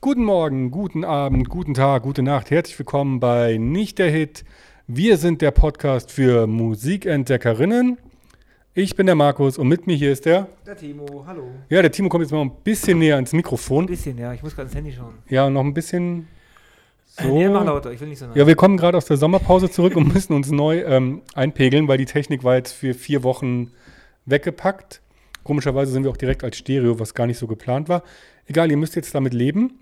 Guten Morgen, guten Abend, guten Tag, gute Nacht. Herzlich willkommen bei Nicht der Hit. Wir sind der Podcast für Musikentdeckerinnen. Ich bin der Markus und mit mir hier ist der. Der Timo, hallo. Ein Ja, der Timo kommt jetzt mal ein bisschen näher ans Mikrofon. bisschen, ja, ich muss gerade ins Handy schauen. Ja, noch ein bisschen. So. Äh, Nee, mach lauter, ich will nicht so nah. Ja, wir kommen gerade aus der Sommerpause zurück und müssen uns neu ähm, einpegeln, weil die Technik war jetzt für vier Wochen weggepackt. Komischerweise sind wir auch direkt als Stereo, was gar nicht so geplant war. Egal, ihr müsst jetzt damit leben.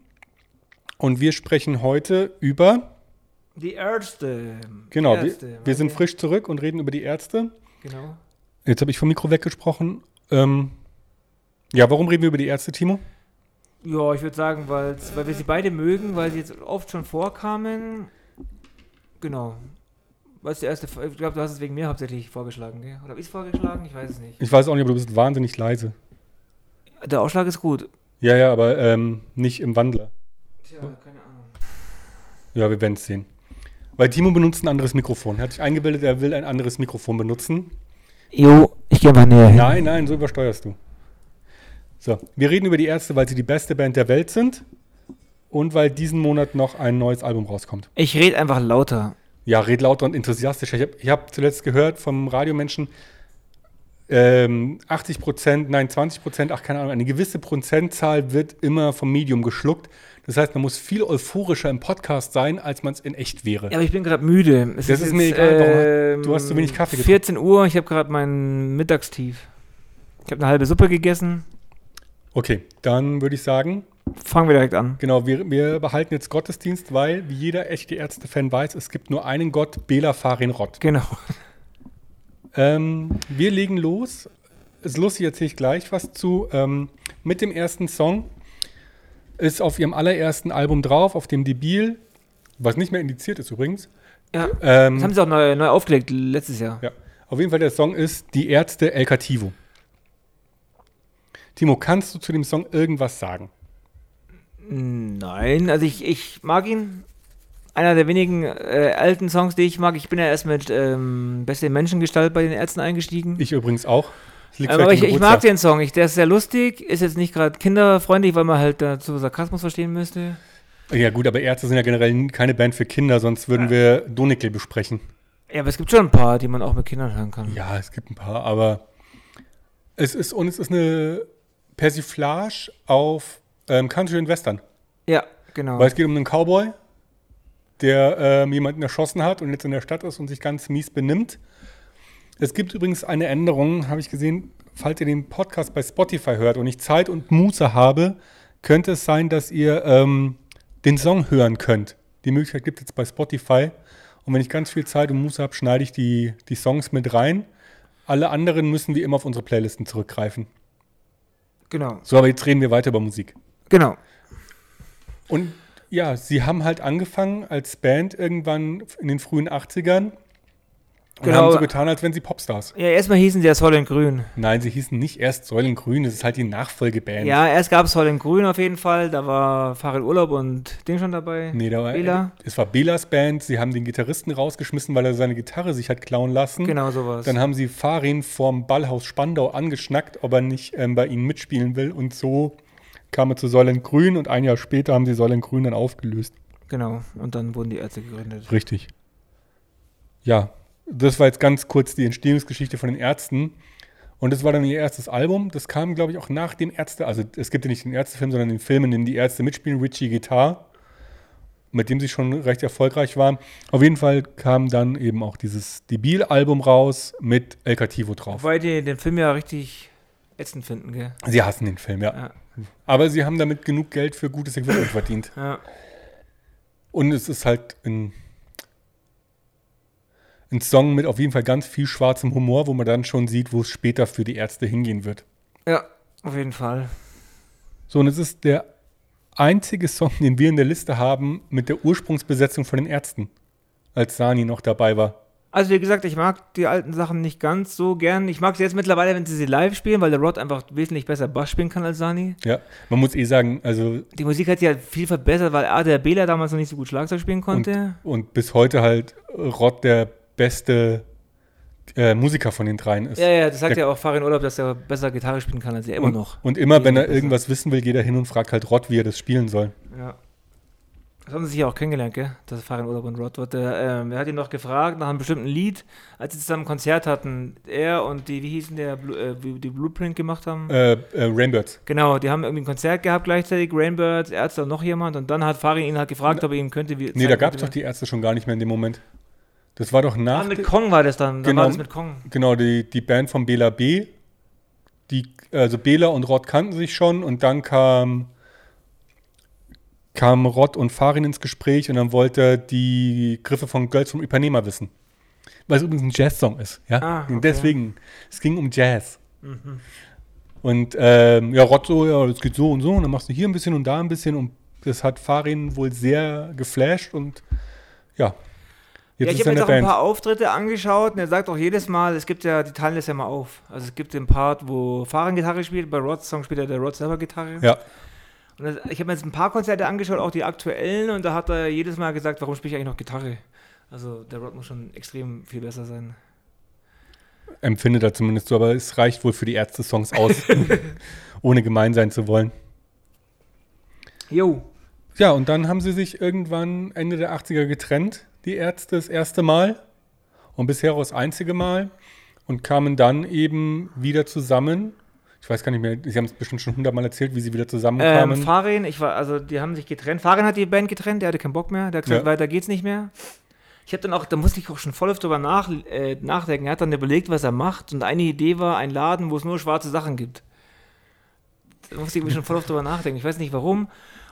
Und wir sprechen heute über, Die Ärzte. genau, Die Ärzte, wir, wir sind okay. frisch zurück und reden über die Ärzte. Genau. Jetzt habe ich vom Mikro weggesprochen. Ähm, ja, warum reden wir über die Ärzte, Timo? Ja, ich würde sagen, weil's, weil wir sie beide mögen, weil sie jetzt oft schon vorkamen. Genau. Was die erste, ich glaube, du hast es wegen mir hauptsächlich vorgeschlagen, gell? Oder habe ich es vorgeschlagen? Ich weiß es nicht. Ich weiß auch nicht, aber du bist wahnsinnig leise. Der Ausschlag ist gut. Ja, ja, aber ähm, nicht im Wandler. Tja, keine Ahnung. Ja, wir werden es sehen. Weil Timo benutzt ein anderes Mikrofon. Er hat sich eingebildet, er will ein anderes Mikrofon benutzen. Jo, ich gehe mal näher hin. Nein, nein, so übersteuerst du. So, wir reden über die Ärzte, weil sie die beste Band der Welt sind und weil diesen Monat noch ein neues Album rauskommt. Ich rede einfach lauter. Ja, red lauter und enthusiastischer. Ich habe ich hab zuletzt gehört vom Radiomenschen, ähm, 80 Prozent, nein, 20 Prozent, ach keine Ahnung, eine gewisse Prozentzahl wird immer vom Medium geschluckt. Das heißt, man muss viel euphorischer im Podcast sein, als man es in echt wäre. Ja, aber ich bin gerade müde. Es Das ist mir egal, warum- ne? du hast zu wenig Kaffee getrunken. 14 Uhr, ich habe gerade meinen Mittagstief. Ich habe eine halbe Suppe gegessen. Okay, dann würde ich sagen, Fangen wir direkt an. Genau, wir, wir behalten jetzt Gottesdienst, weil, wie jeder echte Ärzte-Fan weiß, es gibt nur einen Gott, Bela Farin Rott. Genau. Ähm, wir legen los. Ist lustig, erzähle ich gleich was zu. Ähm, mit dem ersten Song ist auf ihrem allerersten Album drauf, auf dem Debil, was nicht mehr indiziert ist übrigens. Ja. Das haben Ähm, sie auch neu, neu aufgelegt letztes Jahr. ja. Auf jeden Fall, der Song ist Die Ärzte El Cativo. Timo, kannst du zu dem Song irgendwas sagen? Nein, also ich, ich mag ihn. Einer der wenigen äh, alten Songs, die ich mag. Ich bin ja erst mit ähm, Beste Menschengestalt bei den Ärzten eingestiegen. Ich übrigens auch. Es liegt Ähm, aber vielleicht ich, am ich mag Geburtstag. den Song. Ich, der ist sehr lustig, ist jetzt nicht gerade kinderfreundlich, weil man halt dazu Sarkasmus verstehen müsste. Ja gut, aber Ärzte sind ja generell n- keine Band für Kinder, sonst würden wir Donickel besprechen. Ja, aber es gibt schon ein paar, die man auch mit Kindern hören kann. Ja, es gibt ein paar, aber es ist und es ist eine Persiflage auf ähm, Country und Western. Ja, genau. Weil es geht um einen Cowboy, der ähm, jemanden erschossen hat und jetzt in der Stadt ist und sich ganz mies benimmt. Es gibt übrigens eine Änderung, habe ich gesehen, falls ihr den Podcast bei Spotify hört und ich Zeit und Muße habe, könnte es sein, dass ihr ähm, den Song hören könnt. Die Möglichkeit gibt es jetzt bei Spotify. Und wenn ich ganz viel Zeit und Muße habe, schneide ich die, die Songs mit rein. Alle anderen müssen wie immer auf unsere Playlisten zurückgreifen. Genau. So, aber jetzt reden wir weiter über Musik. Genau. Und ja, sie haben halt angefangen als Band irgendwann in den frühen 80ern. Und Genau. haben so getan, als wären sie Popstars. Ja, erstmal hießen sie ja Soll in Grün. Nein, sie hießen nicht erst Säulengrün, es ist halt die Nachfolgeband. Ja, erst gab es Soll in Grün auf jeden Fall. Da war Farid Urlaub und Ding schon dabei. Nee, da war, Bela. es war Belas Band, sie haben den Gitarristen rausgeschmissen, weil er seine Gitarre sich hat klauen lassen. Genau sowas. Dann haben sie Farin vom Ballhaus Spandau angeschnackt, ob er nicht ähm, bei ihnen mitspielen will. Und so kam er zu Säulengrün und ein Jahr später haben sie Säulengrün dann aufgelöst. genau. Und dann wurden die Ärzte gegründet. Richtig. Ja, das war jetzt ganz kurz die Entstehungsgeschichte von den Ärzten. Und das war dann ihr erstes Album. Das kam, glaube ich, auch nach dem Ärzte. Also es gibt ja nicht den Ärztefilm, sondern den Film, in dem die Ärzte mitspielen, Richie Guitar, mit dem sie schon recht erfolgreich waren. Auf jeden Fall kam dann eben auch dieses Debil-Album raus mit El Cativo drauf. Wobei die den Film ja richtig ätzend finden, gell? Sie hassen den Film, ja. Ja. Aber sie haben damit genug Geld für gutes Equipment verdient. ja. Und es ist halt ein, ein Song mit auf jeden Fall ganz viel schwarzem Humor, wo man dann schon sieht, wo es später für die Ärzte hingehen wird. Ja, auf jeden Fall. So, und es ist der einzige Song, den wir in der Liste haben, mit der Ursprungsbesetzung von den Ärzten, als Sani noch dabei war. Also wie gesagt, ich mag die alten Sachen nicht ganz so gern. Ich mag sie jetzt mittlerweile, wenn sie sie live spielen, weil der Rod einfach wesentlich besser Bass spielen kann als Sani. Ja, man muss eh sagen, also Die Musik hat sich halt viel verbessert, weil A, der Bela damals noch nicht so gut Schlagzeug spielen und, konnte. und bis heute halt Rod der beste äh, Musiker von den dreien ist. Ja, ja, das sagt Der- ja auch Farin Urlaub, dass er besser Gitarre spielen kann als er immer und, noch. und immer, wenn er Besser. irgendwas wissen will, geht er hin und fragt halt Rod, wie er das spielen soll. Ja. Das haben sie sich ja auch kennengelernt, gell? Das Fahrradurlaub und Rod. Dort, äh, ähm, er hat ihn noch gefragt nach einem bestimmten Lied, als sie zusammen ein Konzert hatten. Er und die, wie hießen der, Blu- äh, die Blueprint gemacht haben? Äh, äh, Rainbirds. Genau, die haben irgendwie ein Konzert gehabt gleichzeitig, Rainbirds, Ärzte und noch jemand. Und dann hat Farin ihn halt gefragt, ob er ihm könnte. Wie, Nee, da gab es doch die Ärzte schon gar nicht mehr in dem Moment. Das war doch Ah, nach. mit de- Kong war das dann. Dann Genau. war das mit Kong. Genau, die, die Band von Bela B. Die, also Bela und Rod kannten sich schon und dann kam, kam Rod und Farin ins Gespräch und dann wollte er die Griffe von Girls from Ipanema wissen. Weil es übrigens ein Jazz-Song ist, ja. Ah, okay. Mhm. Und deswegen, es ging um Jazz. Und ähm, ja, Rod so, ja, es geht so und so und dann machst du hier ein bisschen und da ein bisschen und das hat Farin wohl sehr geflasht und ja. ja, ich habe jetzt auch ein paar Auftritte angeschaut und er sagt auch jedes Mal, es gibt ja, die teilen das ja mal auf. Also es gibt den Part, wo Farin Gitarre spielt, bei Rods Song spielt ja der Rod selber Gitarre. Ja. Und das, ich habe mir jetzt ein paar Konzerte angeschaut, auch die aktuellen, und da hat er jedes Mal gesagt, warum spiele ich eigentlich noch Gitarre? Also der Rod muss schon extrem viel besser sein. Empfindet er zumindest so, aber es reicht wohl für die Ärzte-Songs aus, ohne gemein sein zu wollen. Jo, Ja, und dann haben sie sich irgendwann Ende der 80er getrennt, die Ärzte das erste Mal und bisher auch das einzige Mal und kamen dann eben wieder zusammen. Ich weiß gar nicht mehr, sie haben es bestimmt schon hundertmal erzählt, wie sie wieder ähm, zusammenkamen. Farin, ich war, also die haben sich getrennt. Farin hat die Band getrennt, der hatte keinen Bock mehr, der hat Ja. gesagt, weiter geht's nicht mehr. Ich habe dann auch, da musste ich auch schon voll oft drüber nach, äh, nachdenken. Er hat dann überlegt, was er macht, und eine Idee war ein Laden, wo es nur schwarze Sachen gibt. Da musste ich mir schon voll oft drüber nachdenken. Ich weiß nicht warum.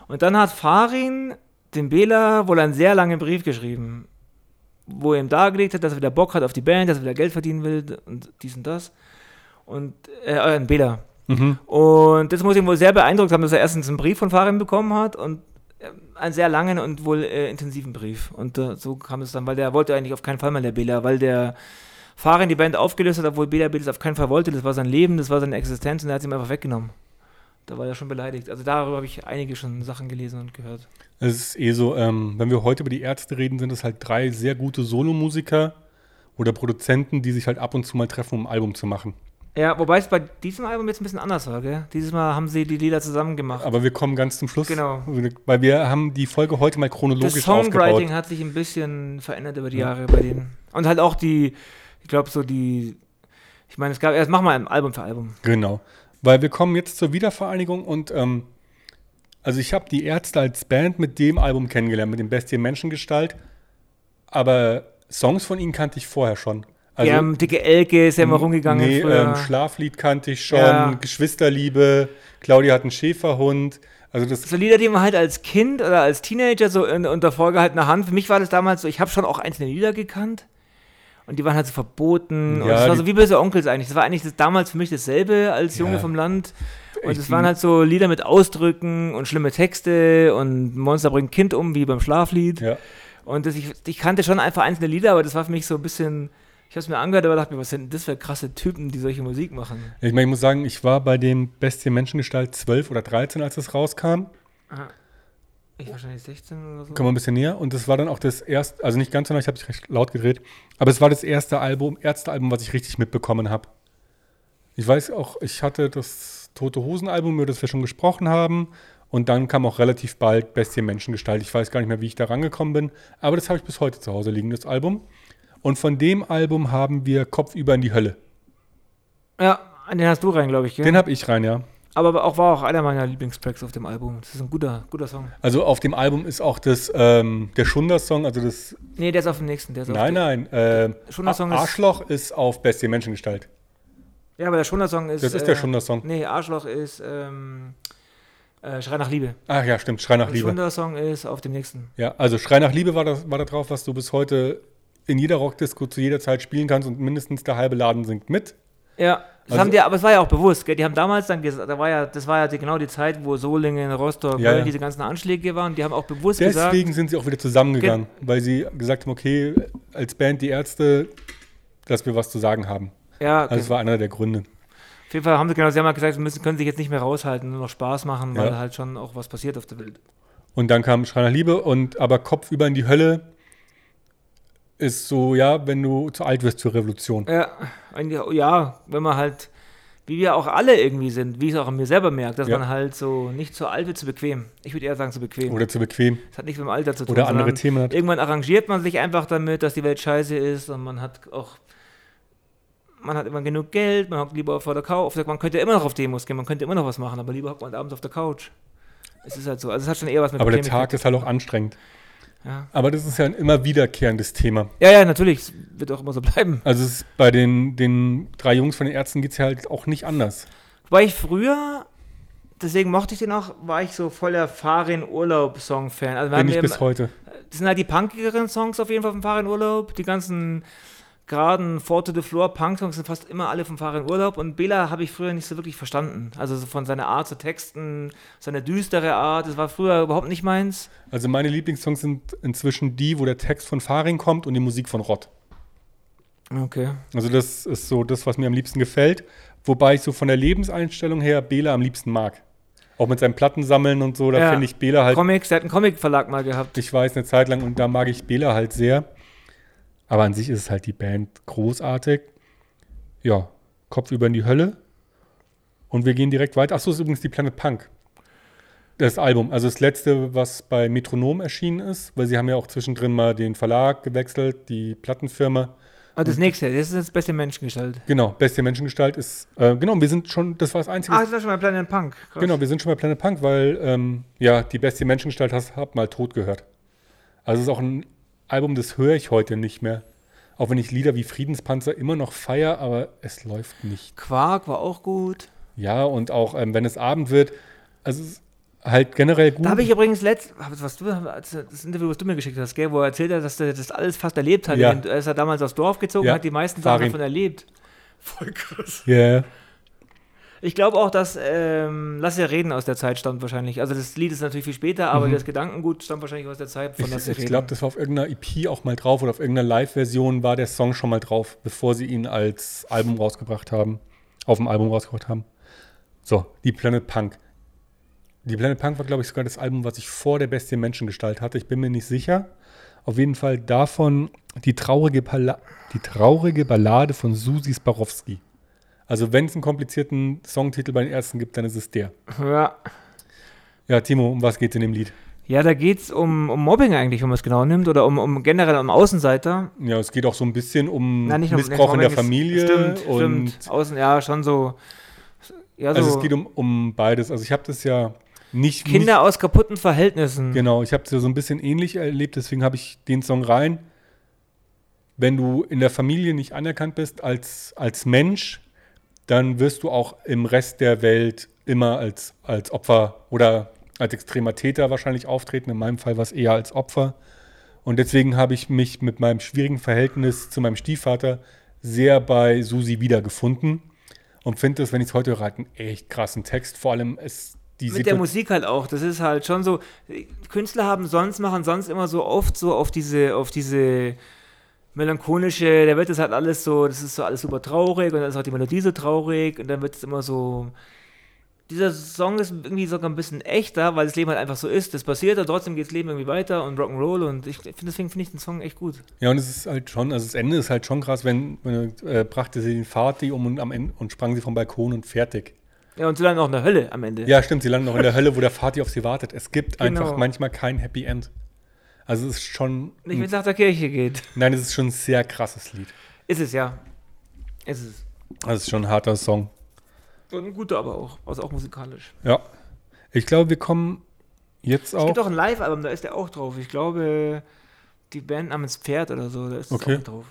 Und dann hat Farin dem Bela wohl einen sehr langen Brief geschrieben, wo er ihm dargelegt hat, dass er wieder Bock hat auf die Band, dass er wieder Geld verdienen will und dies und das. Und äh, äh, Bela. mhm. Und das muss ihn wohl sehr beeindruckt haben, dass er erstens einen Brief von Farin bekommen hat und äh, einen sehr langen und wohl äh, intensiven Brief. Und äh, so kam es dann, weil der wollte eigentlich auf keinen Fall mehr der Bela, weil der Farin die Band aufgelöst hat, obwohl Bela Bela auf keinen Fall wollte. Das war sein Leben, das war seine Existenz und er hat sie ihm einfach weggenommen. Da war er schon beleidigt. Also darüber habe ich einige schon Sachen gelesen und gehört. Es ist eh so, ähm, wenn wir heute über die Ärzte reden, sind es halt drei sehr gute Solomusiker oder Produzenten, die sich halt ab und zu mal treffen, um ein Album zu machen. Ja, wobei es bei diesem Album jetzt ein bisschen anders war, gell? Dieses Mal haben sie die Lieder zusammen gemacht. Aber wir kommen ganz zum Schluss. Genau. Weil wir haben die Folge heute mal Das chronologisch Songwriting aufgebaut. hat sich ein bisschen verändert über die Jahre bei denen. Und halt auch die, ich glaube, so die, ich meine, es gab erst, mach mal ein Album für Album. Genau. Weil wir kommen jetzt zur Wiedervereinigung und ähm, also ich habe die Ärzte als Band mit dem Album kennengelernt, mit dem Bestie Menschengestalt. Aber Songs von ihnen kannte ich vorher schon. Also, ja, ähm, Dicke Elke ist ja immer rumgegangen. nee, früher. ähm, Schlaflied kannte ich schon, Ja. Geschwisterliebe, Claudia hat einen Schäferhund. Also das so Lieder, die man halt als Kind oder als Teenager so in, unter vorgehaltener Hand, für mich war das damals so, ich habe schon auch einzelne Lieder gekannt. Und die waren halt so verboten. und Ja, das war die- so wie böse Onkels eigentlich. Das war eigentlich das, damals für mich dasselbe als Junge Ja. vom Land. Und Ich- es waren halt so Lieder mit Ausdrücken und schlimme Texte und Monster bringt Kind um, wie beim Schlaflied. ja. Und das, ich, ich kannte schon einfach einzelne Lieder, aber das war für mich so ein bisschen. Ich habe es mir angehört, aber dachte mir, was sind denn das für krasse Typen, die solche Musik machen? Ich meine, ich muss sagen, ich war bei dem Bestie Menschengestalt 12 oder 13, als es rauskam. Ich wahrscheinlich 16 oder so. Komm mal ein bisschen näher. Und das war dann auch das erste, also nicht ganz so laut, ich habe es recht laut gedreht, aber es war das erste Album, Ärztealbum, was ich richtig mitbekommen habe. Ich weiß auch, ich hatte das Tote Hosen-Album, über das wir schon gesprochen haben. Und dann kam auch relativ bald Bestie Menschengestalt. Ich weiß gar nicht mehr, wie ich da rangekommen bin. Aber das habe ich bis heute zu Hause liegen, das Album. Und von dem Album haben wir Kopf über in die Hölle. Ja, an den hast du rein, glaube ich. Gell? Den habe ich rein, ja. Aber auch war auch einer meiner Lieblingstracks auf dem Album. Das ist ein guter, guter Song. Also auf dem Album ist auch das, ähm, der Schunder-Song, also das, Nee, der ist auf dem nächsten. Der ist nein, auf nein, äh, Schunder-Song ist- Arschloch ist auf Bestie Menschengestalt. dem- Ja, aber der Schunder-Song ist. Das ist der äh, Schunder-Song. Nee, Arschloch ist ähm, äh, Schrei nach Liebe. Ach ja, stimmt, Schrei nach Der Liebe. Schunder-Song ist auf dem nächsten. Ja, also Schrei nach Liebe war, das, war da drauf, was du bis heute in jeder Rockdisco zu jeder Zeit spielen kannst und mindestens der halbe Laden singt mit. Ja, das Also- haben die, aber es war ja auch bewusst, gell? die haben damals dann gesagt, da war ja, das war ja die, genau die Zeit, wo Solingen, Rostock, Ja, Köln, ja. diese ganzen Anschläge waren, die haben auch bewusst gesagt, Deswegen sind sie auch wieder zusammengegangen, weil sie gesagt haben, okay, als Band die Ärzte, dass wir was zu sagen haben. ja, Also das war einer der Gründe. auf jeden Fall haben sie genau, sie haben halt gesagt, sie müssen, können sich jetzt nicht mehr raushalten, nur noch Spaß machen, weil Ja. halt schon auch was passiert auf der Welt. Und dann kam Schrei nach Liebe und aber Kopf über in die Hölle ist so, ja, wenn du zu alt wirst zur Revolution. Ja, eigentlich- ja, wenn man halt wie wir auch alle irgendwie sind, wie ich es auch an mir selber merke, dass Ja. man halt so nicht zu alt wird, zu bequem. Ich würde eher sagen, zu bequem. Oder zu bequem. das hat nichts mit dem Alter zu tun. Oder andere sondern Themen hat. Irgendwann arrangiert man sich einfach damit, dass die Welt scheiße ist und man hat auch. Man hat immer genug Geld, man hockt lieber vor der Couch. Man könnte immer noch auf Demos gehen, man könnte immer noch was machen, aber lieber hockt man abends auf der Couch. Es ist halt so. Also, es hat schon eher was mit Aber der Bequemlichkeit Tag ist halt auch anstrend. zu tun. Ja. Aber das ist ja ein immer wiederkehrendes Thema. ja, ja, natürlich. Es wird auch immer so bleiben. Also es ist bei den, den drei Jungs von den Ärzten geht es ja halt auch nicht anders. Wobei ich früher, deswegen mochte ich den auch, war ich so voller Farin-Urlaub-Song-Fan. Also, wir Bin haben ich ja bis immer- heute. Das sind halt die punkigeren Songs auf jeden Fall vom Fahren Urlaub. Die ganzen geraden Four to the Floor Punk-Songs sind fast immer alle vom Fahren Urlaub. Und Bela habe ich früher nicht so wirklich verstanden. Also so von seiner Art zu texten, seine düstere Art, das war früher überhaupt nicht meins. Also meine Lieblingssongs sind inzwischen die, wo der Text von Farin kommt und die Musik von Rott. Okay. Also das ist so das, was mir am liebsten gefällt. Wobei ich so von der Lebenseinstellung her Bela am liebsten mag. Auch mit seinem Plattensammeln und so, da Ja. finde ich Bela halt, Comics, der hat einen Comic-Verlag mal gehabt. ich weiß, eine Zeit lang und da mag ich Bela halt sehr. Aber an sich ist es halt die Band großartig. Ja, Kopf über in die Hölle. Und wir gehen direkt weiter. Achso, ist übrigens die Planet Punk. Das Album, also das letzte, was bei Metronom erschienen ist, weil sie haben ja auch zwischendrin mal den Verlag gewechselt, die Plattenfirma. Ah, Mhm. das nächste, das ist das beste Menschengestalt. Genau, beste Menschengestalt ist, äh, genau, wir sind schon, das war das Einzige. Ah, das war schon mal Planet Punk. Krass. genau, wir sind schon bei Planet Punk, weil, ähm, ja, die beste Menschengestalt hast, hab mal tot gehört. Also es ist auch ein Album, das höre ich heute nicht mehr. Auch wenn ich Lieder wie Friedenspanzer immer noch feier, aber es läuft nicht. Quark war auch gut. Ja, und auch, ähm, wenn es Abend wird, also es ist halt generell gut. Da habe ich übrigens letzt, hab- was du, als- das Interview, was du mir geschickt hast, gell, wo er erzählt hat, dass er das alles fast erlebt hat. Ja. Er ist ja damals aufs Dorf gezogen, Ja. hat die meisten Farin. Sachen davon erlebt. Voll krass. yeah. Ich glaube auch, dass ähm, Lass ihr reden aus der Zeit stammt wahrscheinlich. Also das Lied ist natürlich viel später, aber das Gedankengut stammt wahrscheinlich aus der Zeit von Lass Mhm. Ich, ihr reden. ich glaube, das war auf irgendeiner EP auch mal drauf oder auf irgendeiner Live-Version war der Song schon mal drauf, bevor sie ihn als Album rausgebracht haben, auf dem Album rausgebracht haben. So, die Planet Punk. Die Planet Punk war, glaube ich, sogar das Album, was ich vor der Bestie Menschengestalt hatte. Ich bin mir nicht sicher. Auf jeden Fall davon die traurige, Pala die traurige Ballade von Susi Sparowski. Also, wenn es einen komplizierten Songtitel bei den ersten gibt, dann ist es der. ja. Ja, Timo, um was geht's in dem Lied? ja, da geht es um, um Mobbing eigentlich, wenn man es genau nimmt, oder um, um generell um Außenseiter. Ja, es geht auch so ein bisschen um Nein, nur- Missbrauch in der Mobbing ist- Familie. Stimmt, und stimmt. Außen, ja, schon so. Ja, so Also es geht um, um beides. Also ich habe das ja nicht, Kinder aus kaputten Verhältnissen. nicht genau, ich habe es ja so ein bisschen ähnlich erlebt, deswegen habe ich den Song rein. Wenn du in der Familie nicht anerkannt bist als, als Mensch, dann wirst du auch im Rest der Welt immer als, als Opfer oder als extremer Täter wahrscheinlich auftreten. In meinem Fall war es eher als Opfer. Und deswegen habe ich mich mit meinem schwierigen Verhältnis zu meinem Stiefvater sehr bei Susi wiedergefunden und finde es, wenn ich es heute höre, halt einen echt krassen Text. Vor allem ist die Mit der Situ- Musik halt auch. Das ist halt schon so. Künstler haben sonst, machen sonst immer so oft so auf diese, auf diese melancholische, da wird das halt alles so, das ist so alles super traurig und dann ist auch die Melodie so traurig und dann wird es immer so. Dieser Song ist irgendwie sogar ein bisschen echter, weil das Leben halt einfach so ist. Das passiert, aber trotzdem geht das Leben irgendwie weiter und Rock'n'Roll und ich finde, deswegen finde ich den Song echt gut. Ja, und es ist halt schon, also das Ende ist halt schon krass, wenn, wenn äh, brachte sie den Vati um und am Ende und sprang sie vom Balkon und fertig. Ja, und so dann auch in der Hölle am Ende. Ja, stimmt, sie landen noch in der Hölle, wo der Vati auf sie wartet. Es gibt einfach Genau. manchmal kein Happy End. Also es ist schon, Nicht wenn es nach der Kirche geht. nein, es ist schon ein sehr krasses Lied. Ist es ja. Ist es. Also es ist schon ein harter Song. Und ein guter aber auch. Also auch musikalisch. Ja. Ich glaube, wir kommen jetzt Es auch. gibt auch ein Live-Album, da ist der auch drauf. Ich glaube, die Band namens Pferd oder so, da ist das Okay. auch drauf.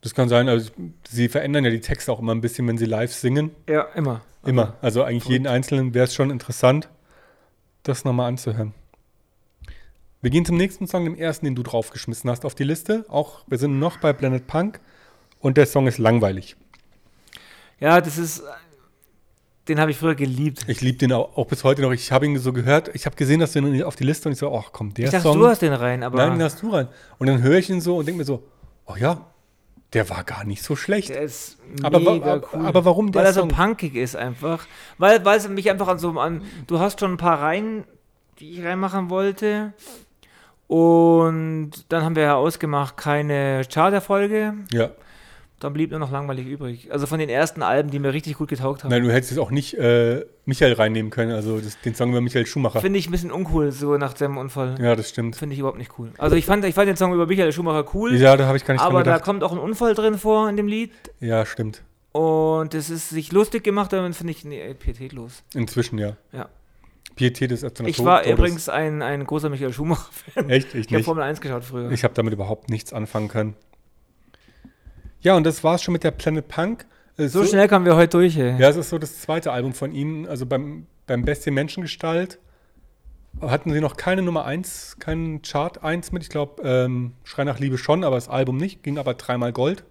Das kann sein, also sie verändern ja die Texte auch immer ein bisschen, wenn sie live singen. Ja, immer. Immer. Also eigentlich jeden Einzelnen wäre es schon interessant, das nochmal anzuhören. Wir gehen zum nächsten Song, dem ersten, den du draufgeschmissen hast auf die Liste. Auch wir sind noch bei Planet Punk und der Song ist langweilig. Ja, das ist. Den habe ich früher geliebt. Ich liebe den auch, auch bis heute noch. Ich habe ihn so gehört, ich habe gesehen, dass du ihn auf die Liste und ich so, ach komm, der Ich dachte, Song. du hast den rein, aber nein, den hast du rein. Und dann höre ich ihn so und denke mir so, oh ja, der war gar nicht so schlecht. der ist Aber wa- mega ab- cool. aber warum der Weil er so Song? punkig ist einfach. Weil, weil es mich einfach an so an. Du hast schon ein paar Reihen, die ich reinmachen wollte. Und dann haben wir ja ausgemacht, keine Charterfolge. ja, Dann blieb nur noch langweilig übrig. Also von den ersten Alben, die mir richtig gut getaugt haben. Nein, du hättest jetzt auch nicht äh, Michael reinnehmen können, also das, den Song über Michael Schumacher. Finde ich ein bisschen uncool, so nach seinem Unfall. Ja, das stimmt. Finde ich überhaupt nicht cool. Also ich fand, ich fand den Song über Michael Schumacher cool, Ja, da habe ich gar nicht dran aber da gedacht. kommt auch ein Unfall drin vor in dem Lied. Ja, stimmt. Und es ist sich lustig gemacht, damit finde ich nee, pietätlos. Inzwischen, ja. Ja. Pietät des Ärzten Ich war übrigens ein, ein großer Michael Schumacher-Fan. Echt, ich Ich habe nicht. Formel 1 geschaut früher. Ich habe damit überhaupt nichts anfangen können. Ja, und das war's schon mit der Planet Punk. Es ist so schnell kamen wir heute durch, ey. Ja, es ist so das zweite Album von ihnen. Also beim, beim Beste Menschengestalt hatten sie noch keine Nummer 1, keinen Chart 1 mit. Ich glaube, ähm, Schrei nach Liebe schon, aber das Album nicht. Ging aber dreimal Gold.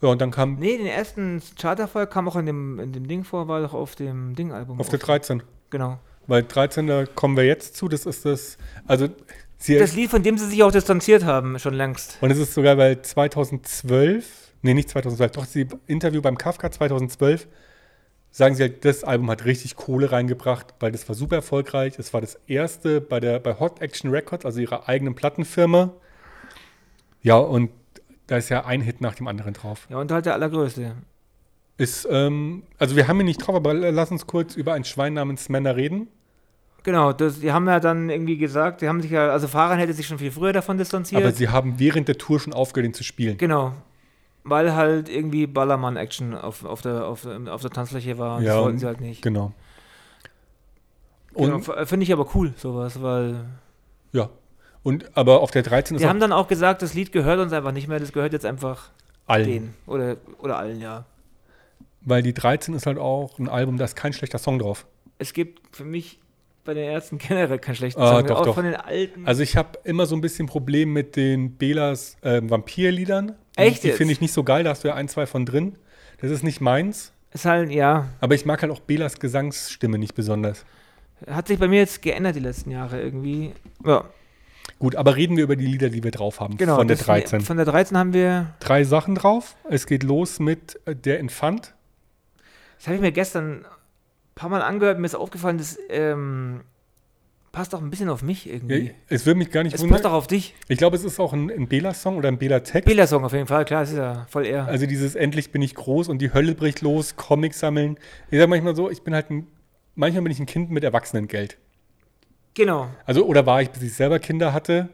Ja, und dann kam Nee, den ersten Charterfolg kam auch in dem, in dem Ding vor, war doch auf dem Ding-Album. auf der 13. Genau. Weil 13, da kommen wir jetzt zu. Das ist das. Also, sie Das Lied, von dem sie sich auch distanziert haben, schon längst. Und es ist sogar, weil 2012, nee, nicht 2012, doch, sie Interview beim Kafka 2012, sagen sie halt, das Album hat richtig Kohle reingebracht, weil das war super erfolgreich. Es war das erste bei, der, bei Hot Action Records, also ihrer eigenen Plattenfirma. Ja, und da ist ja ein Hit nach dem anderen drauf. Ja, und halt der allergrößte. Ist, ähm, also wir haben ihn nicht drauf, aber lass uns kurz über ein Schwein namens Männer reden. Genau, das, die haben ja dann irgendwie gesagt, die haben sich ja, also Fahrern hätte sich schon viel früher davon distanziert. Aber sie haben während der Tour schon aufgehört, ihn zu spielen. genau. Weil halt irgendwie Ballermann-Action auf, auf, der, auf, auf der Tanzfläche war. Ja, das wollten und- sie halt nicht. Genau. Und Genau, f- Finde ich aber cool, sowas, weil. ja. Und aber auf der 13 ist Die auch haben dann auch gesagt, das Lied gehört uns einfach nicht mehr, das gehört jetzt einfach allen. denen. Oder, oder allen, ja. Weil die 13 ist halt auch ein Album, da ist kein schlechter Song drauf. Es gibt für mich bei den Ärzten generell keinen schlechten Ah, Song. mehr, doch, auch doch. von den alten. Also ich habe immer so ein bisschen Problem mit den Belas äh, Vampirliedern. Die- Echt Die jetzt? finde ich nicht so geil, da hast du ja ein, zwei von drin. Das ist nicht meins, ist halt, ja. aber ich mag halt auch Belas Gesangsstimme nicht besonders. Hat sich bei mir jetzt geändert die letzten Jahre irgendwie. Ja, Gut, aber reden wir über die Lieder, die wir drauf haben genau. von der das- 13. Von der 13 haben wir. Drei Sachen drauf. Es geht los mit äh, Der Infant. Das habe ich mir gestern ein paar Mal angehört. Mir ist aufgefallen, das ähm, passt auch ein bisschen auf mich irgendwie. Es würde mich gar nicht es passt wundern. auch auf dich. Ich glaube, es ist auch ein, ein Bela-Song oder ein Bela-Text. Bela-Song auf jeden Fall, klar, es ist ja voll eher. Also dieses endlich bin ich groß und die Hölle bricht los, Comics sammeln. Ich sag manchmal so, ich bin halt ein, manchmal bin ich ein Kind mit Erwachsenengeld. genau. Also oder war ich, bis ich selber Kinder hatte.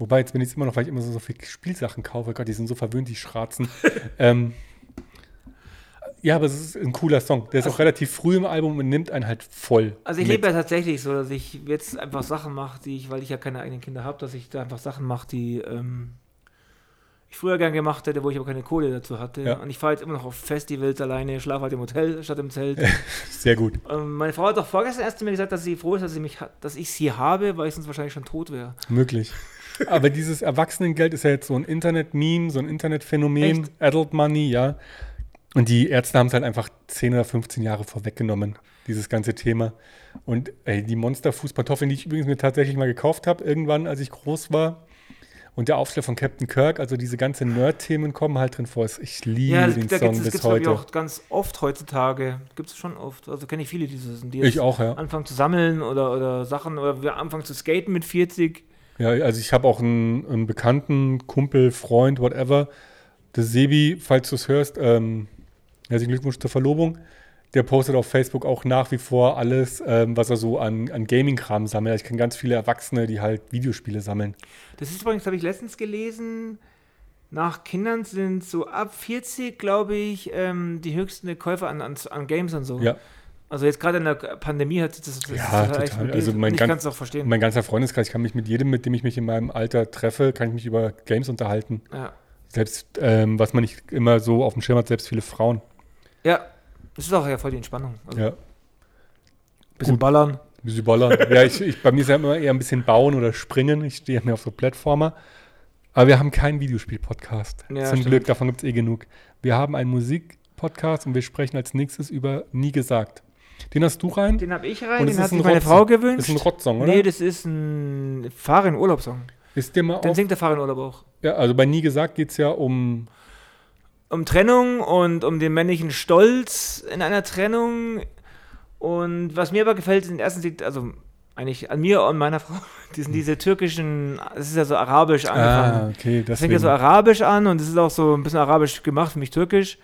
Wobei, jetzt bin ich es immer noch, weil ich immer so, so viel Spielsachen kaufe. Gott, die sind so verwöhnt, die Schratzen. ähm, ja, aber es ist ein cooler Song. Der ist auch relativ früh im Album und nimmt einen halt voll. Also ich mit. lebe ja tatsächlich so, dass ich jetzt einfach Sachen mache, die ich, weil ich ja keine eigenen Kinder habe, dass ich da einfach Sachen mache, die ähm, ich früher gern gemacht hätte, wo ich aber keine Kohle dazu hatte. Ja. Und ich fahre jetzt immer noch auf Festivals alleine, schlafe halt im Hotel statt im Zelt. Sehr gut. ähm, meine Frau hat auch vorgestern erst zu mir gesagt, dass sie froh ist, dass, sie mich, hat- dass ich sie habe, weil ich sonst wahrscheinlich schon tot wäre. Möglich. Aber dieses Erwachsenengeld ist ja jetzt so ein Internet-Meme, so ein Internetphänomen, Echt? Adult Money, ja. Und die Ärzte haben es halt einfach 10 oder 15 Jahre vorweggenommen, dieses ganze Thema. Und ey, die Monsterfußpantoffeln, die ich übrigens mir tatsächlich mal gekauft habe, irgendwann, als ich groß war. Und der Aufschlag von Captain Kirk, also diese ganzen Nerd-Themen kommen halt drin vor. Ich liebe Ja, das, den da Song gibt es bis gibt's, glaub ich, heute. auch ganz oft heutzutage. Gibt es schon oft. Also kenne ich viele, die so sind, die ich auch, ja. anfangen zu sammeln oder, oder Sachen oder wir anfangen zu skaten mit 40. Ja, also ich habe auch einen, einen Bekannten, Kumpel, Freund, whatever. Der Sebi, falls du es hörst, ähm, herzlichen Glückwunsch zur Verlobung. Der postet auf Facebook auch nach wie vor alles, ähm, was er so an, an Gaming-Kram sammelt. Also Ich kenne ganz viele Erwachsene, die halt Videospiele sammeln. Das ist übrigens, habe ich letztens gelesen, nach Kindern sind so ab 40, glaube ich, ähm, die höchsten Käufer an, an, an Games und so. Ja. Also jetzt gerade in der Pandemie hat sich das, das Ja, das total. echt mobil. Also mein ich ganz- kann es auch verstehen. Mein ganzer Freundeskreis, ich kann mich mit jedem, mit dem ich mich in meinem Alter treffe, kann ich mich über Games unterhalten. ja. Selbst, ähm, was man nicht immer so auf dem Schirm hat, selbst viele Frauen. ja, das ist auch ja voll die Entspannung. Also Ja. bisschen gut. ballern. Bisschen ballern. ja, ich, ich, bei mir ist ja immer eher ein bisschen bauen oder springen. Ich stehe mehr auf so Plattformer. Aber wir haben keinen Videospiel-Podcast. Ja, Zum stimmt. Glück, davon gibt es eh genug. Wir haben einen Musik-Podcast und wir sprechen als nächstes über Nie gesagt. Den hast du rein? Den habe ich rein, Und es ist den hat ein sich meine Rotzsong. Frau Das gewünscht. ist ein Rotzsong, oder? nee, das ist ein Fahren-Urlaub-Song. ist dir mal Den auf. singt der Fahren-Urlaub auch. Ja, also bei Nie gesagt geht es ja um. um Trennung und um den männlichen Stolz in einer Trennung. Und was mir aber gefällt, sind erstens, die- also eigentlich an mir und meiner Frau, die sind diese türkischen, es ist ja so arabisch angefangen. Ah, okay, Das fängt deswegen. ja so arabisch an und es ist auch so ein bisschen arabisch gemacht, für mich türkisch.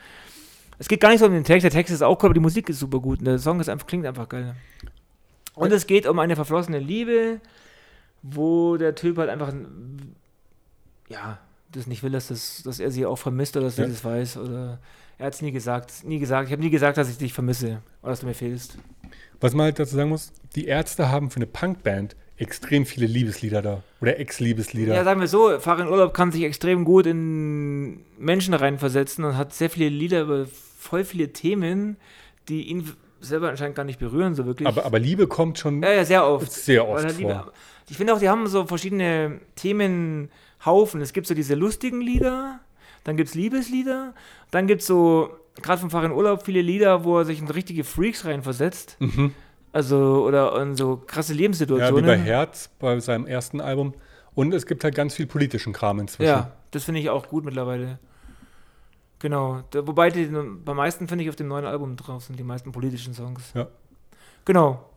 Es geht gar nicht so um den Text, der Text ist auch cool, aber die Musik ist super gut und der Song ist einfach, klingt einfach geil. Und es geht um eine verflossene Liebe, wo der Typ halt einfach, ja, das nicht will, dass, das, dass er sie auch vermisst oder dass Ja. sie das weiß oder er hat es nie gesagt, nie gesagt, ich habe nie gesagt, dass ich dich vermisse oder dass du mir fehlst. Was man halt dazu sagen muss, die Ärzte haben für eine Punkband extrem viele Liebeslieder da. Oder Ex-Liebeslieder. Ja, sagen wir so, Farin Urlaub kann sich extrem gut in Menschen reinversetzen und hat sehr viele Lieder über voll viele Themen, die ihn selber anscheinend gar nicht berühren, so wirklich. aber, aber Liebe kommt schon ja, ja, sehr oft. sehr Weil oft er vor. Lieder- Ich finde auch, die haben so verschiedene Themenhaufen. Es gibt so diese lustigen Lieder, dann gibt es Liebeslieder, dann gibt es so, gerade von Farin Urlaub, viele Lieder, wo er sich in richtige Freaks reinversetzt. Mhm. Also, oder in so krasse Ja, wie bei Lebenssituationen. Herz, bei seinem ersten Album. Und es gibt halt ganz viel politischen Kram inzwischen. Ja, das finde ich auch gut mittlerweile. Genau. Da, wobei die bei meisten finde ich auf dem neuen Album drauf sind, die meisten politischen Songs. Ja. Genau.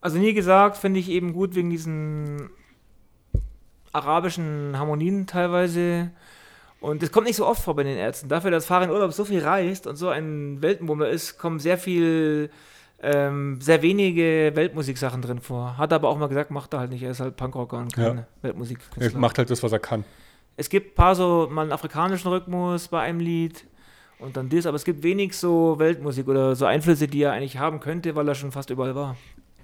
Also nie gesagt, finde ich eben gut wegen diesen arabischen Harmonien teilweise. Und das kommt nicht so oft vor bei den Ärzten. Dafür, dass Farin Urlaub so viel reist und so ein Weltenbummler ist, kommen sehr viel, ähm, sehr wenige Weltmusiksachen drin vor. Hat er aber auch mal gesagt, macht er halt nicht. Er ist halt Punkrocker und kein Ja. Weltmusik. Er macht halt das, was er kann. Es gibt ein paar so mal einen afrikanischen Rhythmus bei einem Lied und dann das, aber es gibt wenig so Weltmusik oder so Einflüsse, die er eigentlich haben könnte, weil er schon fast überall war.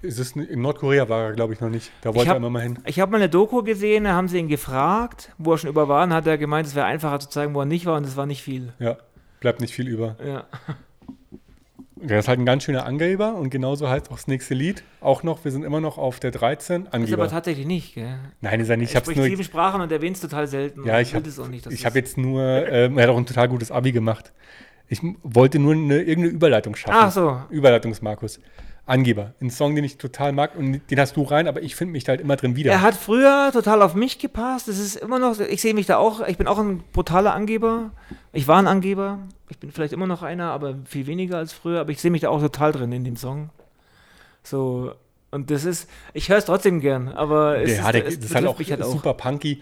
Es ist, in Nordkorea war er, glaube ich, noch nicht. Da Ich wollte hab- er immer mal hin. Ich habe mal eine Doku gesehen, da haben sie ihn gefragt, wo er schon über war, und hat er gemeint, es wäre einfacher zu zeigen, wo er nicht war und es war nicht viel. Ja, bleibt nicht viel über. Ja. Der ist halt ein ganz schöner Angeber und genauso heißt auch das nächste Lied. Auch noch, wir sind immer noch auf der 13. Ist aber Angeber. tatsächlich nicht, gell? Nein, ist er nicht. Ich er habe spricht nur. sieben Sprachen und erwähnt es total selten. Ja, und ich will habe das auch nicht. dass ich das- hab jetzt nur. Ähm, er hat auch ein total gutes Abi gemacht. Ich m- wollte nur eine, irgendeine Überleitung schaffen. Ach Ah, so. Überleitungs-Markus. Angeber. Ein Song, den ich total mag und den hast du rein, aber ich finde mich da halt immer drin wieder. Er hat früher total auf mich gepasst. Es ist immer noch, ich sehe mich da auch, ich bin auch ein brutaler Angeber. Ich war ein Angeber. Ich bin vielleicht immer noch einer, aber viel weniger als früher. Aber ich sehe mich da auch total drin in dem Song. So, und das ist, ich höre es trotzdem gern, aber es ja, der, es das ist halt betrifft auch super punky.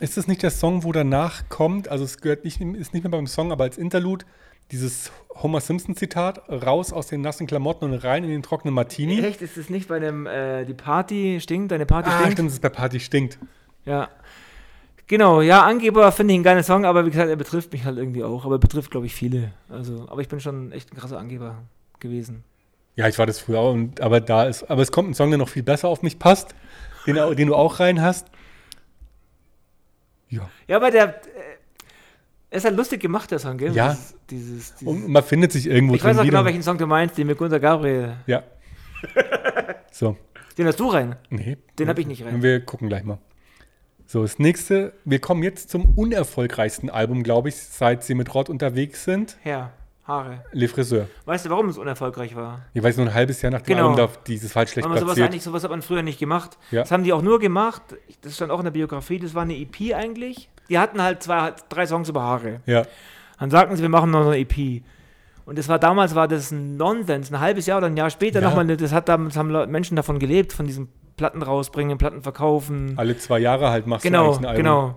Ist das nicht der Song, wo danach kommt? Also es gehört nicht, ist nicht mehr beim Song, aber als Interlude dieses Homer Simpson Zitat raus aus den nassen Klamotten und rein in den trockenen Martini. Echt, ist es nicht bei dem, äh, die Party stinkt, deine Party Ah, stinkt? stimmt, es ist bei Party stinkt. Ja. Genau, ja, Angeber finde ich einen geilen Song, aber wie gesagt, er betrifft mich halt irgendwie auch. Aber er betrifft, glaube ich, viele. Also, aber ich bin schon echt ein krasser Angeber gewesen. Ja, ich war das früher auch, und, aber da ist, aber es kommt ein Song, der noch viel besser auf mich passt, den, au- den du auch rein hast. Ja. Ja, aber der. Äh, ist halt lustig gemacht, der Song, gell? Ja. Um Dieses, dieses, dieses Und man findet sich irgendwo ich weiß auch wieder. genau, welchen Song du meinst, den mit Gunter Gabriel. ja. so, Den hast du rein. nee. Den habe ich nicht rein. Wir gucken gleich mal. So, das nächste. Wir kommen jetzt zum unerfolgreichsten Album, glaube ich, seit sie mit Rod unterwegs sind. Herr, Haare. Le Friseur. weiß Weißt du, warum es unerfolgreich war? Ich weiß nur ein halbes Jahr nach dem Genau. Album, da dieses Fall schlecht Weil man sowas platziert. eigentlich, sowas hat man früher nicht gemacht. Ja. Das haben die auch nur gemacht, ich- das stand auch in der Biografie, das war eine EP eigentlich. Die hatten halt zwei, drei Songs über Haare. Ja, Dann sagten sie, wir machen noch eine EP. Und das war damals war das ein Nonsens. Ein halbes Jahr oder ein Jahr später Ja. nochmal, das hat damals haben Le- Menschen davon gelebt, von diesen Platten rausbringen, Platten verkaufen. alle zwei Jahre halt machst Genau, du eigentlich ein Album. genau.